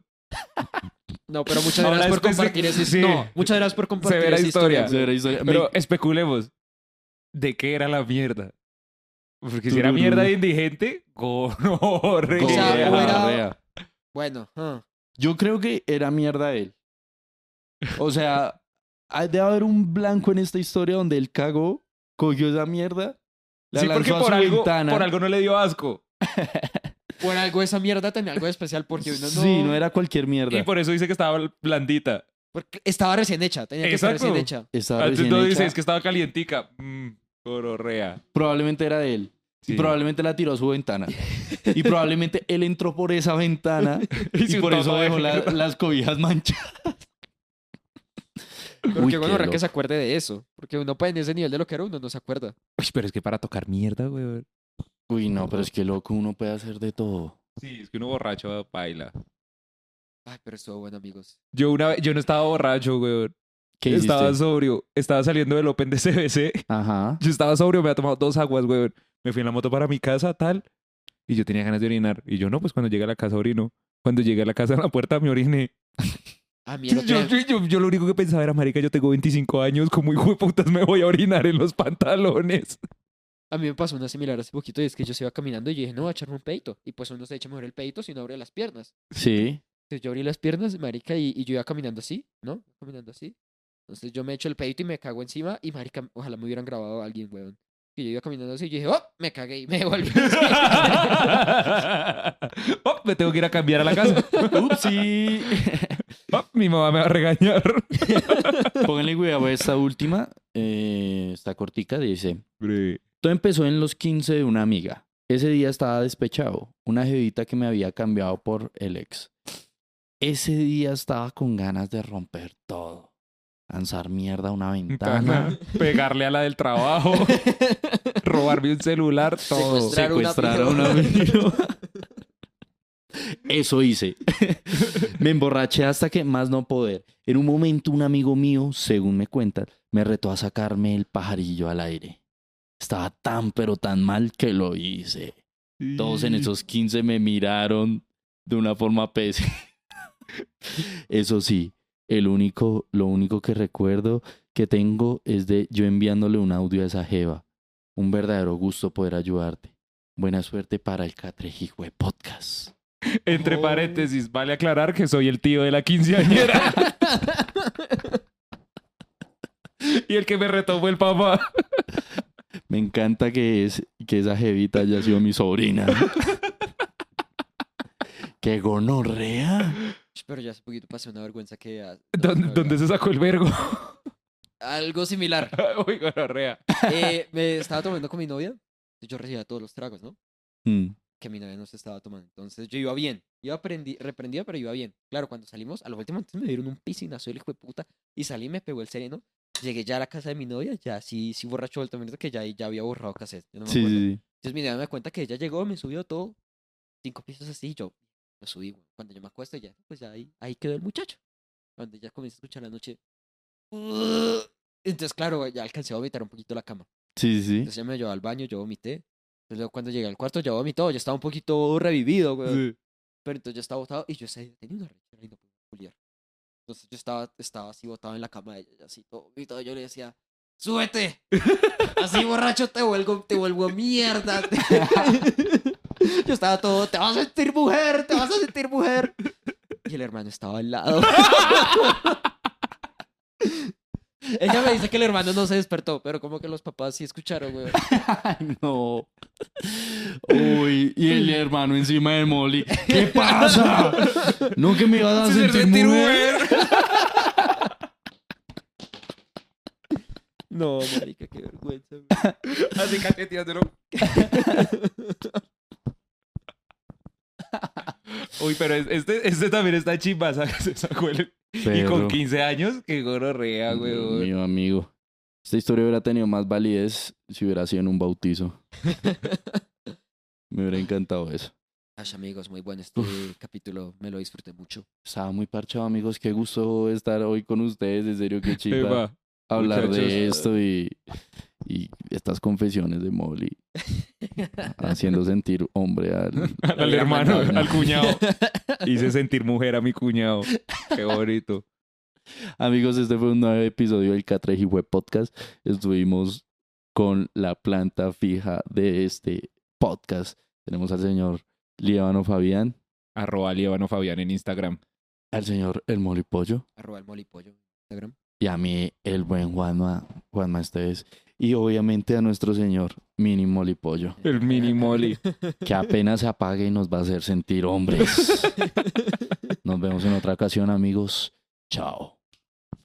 [SPEAKER 1] No, pero muchas
[SPEAKER 3] Ahora
[SPEAKER 1] gracias por
[SPEAKER 3] después de-
[SPEAKER 1] compartir esa
[SPEAKER 3] sí.
[SPEAKER 1] historia. No, muchas gracias por compartir
[SPEAKER 3] Severa
[SPEAKER 1] esa historia.
[SPEAKER 3] historia.
[SPEAKER 2] Severa historia. Me-
[SPEAKER 3] Pero especulemos. ¿De qué era la mierda? Porque si era
[SPEAKER 2] Tururú.
[SPEAKER 3] mierda de indigente, gonorrea.
[SPEAKER 1] O sea,
[SPEAKER 2] Gonorrea,
[SPEAKER 1] era-
[SPEAKER 2] gonorrea.
[SPEAKER 1] Bueno, ah,
[SPEAKER 2] Yo creo que era mierda de él. O sea, hay- debe haber un blanco en esta historia donde él cagó, cogió esa mierda, la
[SPEAKER 3] sí, porque
[SPEAKER 2] lanzó a
[SPEAKER 3] por
[SPEAKER 2] su
[SPEAKER 3] algo,
[SPEAKER 2] ventana.
[SPEAKER 3] por algo no le dio asco.
[SPEAKER 1] por algo esa mierda tenía algo de especial porque uno no.
[SPEAKER 2] Sí, no era cualquier mierda.
[SPEAKER 3] Y por eso dice que estaba blandita.
[SPEAKER 1] Porque estaba recién hecha, tenía que estar
[SPEAKER 3] Exacto.
[SPEAKER 1] recién hecha.
[SPEAKER 2] Estaba
[SPEAKER 3] Antes
[SPEAKER 2] recién
[SPEAKER 3] no
[SPEAKER 2] hecha.
[SPEAKER 3] dice, es que estaba calientica. Mm, gonorrea.
[SPEAKER 2] Probablemente era de él.
[SPEAKER 3] Sí.
[SPEAKER 2] Y probablemente la tiró a su ventana. Y probablemente él entró por esa ventana y,
[SPEAKER 3] se
[SPEAKER 2] por
[SPEAKER 3] untó
[SPEAKER 2] eso
[SPEAKER 3] todo de
[SPEAKER 2] dejó la-
[SPEAKER 3] mierda.
[SPEAKER 2] las cobijas manchadas.
[SPEAKER 1] Pero qué
[SPEAKER 2] Uy, qué
[SPEAKER 1] bueno que
[SPEAKER 2] loco.
[SPEAKER 1] se acuerde de eso. Porque uno pues, en ese nivel de lo que era uno no se acuerda.
[SPEAKER 3] Uy, pero es que para tocar mierda, güey.
[SPEAKER 2] Uy, no, pero es que loco, uno puede hacer de todo.
[SPEAKER 3] Sí, es que uno borracho baila.
[SPEAKER 1] Ay, pero estuvo bueno, amigos.
[SPEAKER 3] Yo una vez, yo no estaba borracho, güey.
[SPEAKER 2] ¿Qué hiciste?
[SPEAKER 3] estaba sobrio. Estaba saliendo del Open de CBC.
[SPEAKER 2] Ajá.
[SPEAKER 3] Yo estaba sobrio, me había tomado dos aguas, güey. Me fui en la moto para mi casa, tal. Y yo tenía ganas de orinar. Y yo, no, pues cuando llegué a la casa orino. Cuando llegué a la casa, a la puerta me oriné.
[SPEAKER 1] Ah,
[SPEAKER 3] Yo,
[SPEAKER 1] mierda.
[SPEAKER 3] yo, yo- yo lo único que pensaba era, marica, yo tengo 25 años, como hijo de putas me voy a orinar en los pantalones.
[SPEAKER 1] A mí me pasó una similar hace poquito y es que yo se iba caminando y yo dije, no, voy a echarme un peito. Y pues uno se echa mejor el peito si no abre las piernas.
[SPEAKER 2] Sí.
[SPEAKER 1] Entonces yo abrí las piernas, marica, y, y yo iba caminando así, ¿no? Caminando así. Entonces yo me echo el peito y me cago encima. Y marica, ojalá me hubieran grabado a alguien, weón. Y yo iba caminando así y yo dije, ¡oh! Me cagué y me devolví.
[SPEAKER 3] Oh, me tengo que ir a cambiar a la casa.
[SPEAKER 2] Upsi.
[SPEAKER 3] Oh, mi mamá me va a regañar.
[SPEAKER 2] Pónganle cuidado a esta última. eh, esta cortica dice. Todo empezó en los 15 de una amiga. Ese día estaba despechado, una jevita que me había cambiado por el ex. Ese día estaba con ganas de romper todo. Lanzar mierda a una ventana,
[SPEAKER 3] Tana, pegarle a la del trabajo, robarme un celular, todo.
[SPEAKER 1] Secuestrar una
[SPEAKER 2] secuestrar a un
[SPEAKER 1] piedra.
[SPEAKER 2] amigo. Eso hice. me emborraché hasta que más no poder. En un momento un amigo mío, según me cuentan, me retó a sacarme el pajarillo al aire. Estaba tan pero tan mal que lo hice. Todos en esos 15 me miraron de una forma pésima. Eso sí, el único, lo único que recuerdo que tengo es de yo enviándole un audio a esa jeva. Un verdadero gusto poder ayudarte. Buena suerte para el Catrejigüe Podcast.
[SPEAKER 3] Entre
[SPEAKER 1] Oh.
[SPEAKER 3] paréntesis, vale aclarar que soy el tío de la quinceañera. y el que me retó fue el papá.
[SPEAKER 2] Me encanta que, es, que esa jevita haya sido mi sobrina. ¡Qué gonorrea!
[SPEAKER 1] Pero ya hace poquito pasé una vergüenza que... ah, no,
[SPEAKER 3] ¿Dónde,
[SPEAKER 1] no,
[SPEAKER 3] dónde
[SPEAKER 1] no.
[SPEAKER 3] se sacó el vergo?
[SPEAKER 1] Algo similar.
[SPEAKER 3] Uy, gonorrea.
[SPEAKER 1] Eh, me estaba tomando con mi novia. Yo recibía todos los tragos, ¿no?
[SPEAKER 2] Mm,
[SPEAKER 1] Que mi novia no se estaba tomando. Entonces yo iba bien. Iba prendi- reprendida, pero iba bien. Claro, cuando salimos, a lo último entonces me dieron un piscinazo el hijo de puta. Y salí y me pegó el sereno. Llegué ya a la casa de mi novia, ya sí, sí borracho del momento que ya, ahí ya había borrado cassette. yo no me
[SPEAKER 2] Sí,
[SPEAKER 1] acuerdo.
[SPEAKER 2] sí, sí.
[SPEAKER 1] Entonces mi novia me da cuenta que ella llegó, me subió todo, cinco pisos así, y yo lo subí, güey. Cuando yo me acuesto, ya, pues ya ahí, ahí quedó el muchacho. Cuando ya comencé a escuchar la noche. Entonces, claro, ya alcancé a vomitar un poquito la cama.
[SPEAKER 2] Sí, sí.
[SPEAKER 1] Entonces ella me llevó al baño, yo vomité. Entonces luego cuando llegué al cuarto, ya vomitó, ya estaba un poquito revivido, güey.
[SPEAKER 2] sí.
[SPEAKER 1] Pero entonces yo estaba botado y yo sé, tenía una rechera y no podía culiar. Entonces yo estaba, estaba así botado en la cama de ella, ya así todo, y todo, yo le decía, ¡súbete! Así borracho te vuelvo, te vuelvo mierda. yo estaba todo, te vas a sentir mujer, te vas a sentir mujer. Y el hermano estaba al lado. Ella me dice que el hermano no se despertó, pero como que los papás sí escucharon, güey.
[SPEAKER 2] Ay, no. Uy, y el hermano encima de Molly. ¿Qué pasa? No que me ibas a
[SPEAKER 3] Se eh.
[SPEAKER 2] sentir
[SPEAKER 3] sentir
[SPEAKER 2] mujer.
[SPEAKER 1] No, marica, qué vergüenza, güey.
[SPEAKER 3] Así cacheteándolo. Uy, pero es- este, este también está chimba, ¿sabes? Se sacó el- Y con
[SPEAKER 2] Pedro,
[SPEAKER 3] 15 años, qué gonorrea, güey.
[SPEAKER 2] Mi amigo. Esta historia hubiera tenido más validez si hubiera sido en un bautizo. me hubiera encantado eso.
[SPEAKER 1] Ay, amigos, muy bueno este capítulo, me lo disfruté mucho.
[SPEAKER 2] Estaba muy parchado, amigos. Qué gusto estar hoy con ustedes. En serio, qué chiva hablar de
[SPEAKER 3] muchachos.
[SPEAKER 2] esto y, y estas confesiones de Molly. haciendo sentir hombre al...
[SPEAKER 3] Al,
[SPEAKER 1] La vida
[SPEAKER 3] hermano,
[SPEAKER 2] mandona.
[SPEAKER 3] al cuñado. Hice sentir mujer a mi cuñado. Qué bonito.
[SPEAKER 2] Amigos, este fue un nuevo episodio del Catrejihue Podcast. Estuvimos con la planta fija de este podcast. Tenemos al señor Líbano Fabián,
[SPEAKER 3] Arroba Líbano Fabián en Instagram.
[SPEAKER 2] al señor El Molipollo
[SPEAKER 1] Arroba el molipollo en Instagram.
[SPEAKER 2] y a mí el buen Juanma, Juanma Esteves. Y obviamente a nuestro señor Mini Molipollo,
[SPEAKER 3] El mini Molly.
[SPEAKER 2] que apenas se apague y nos va a hacer sentir hombres. Nos vemos en otra ocasión, amigos. Chao.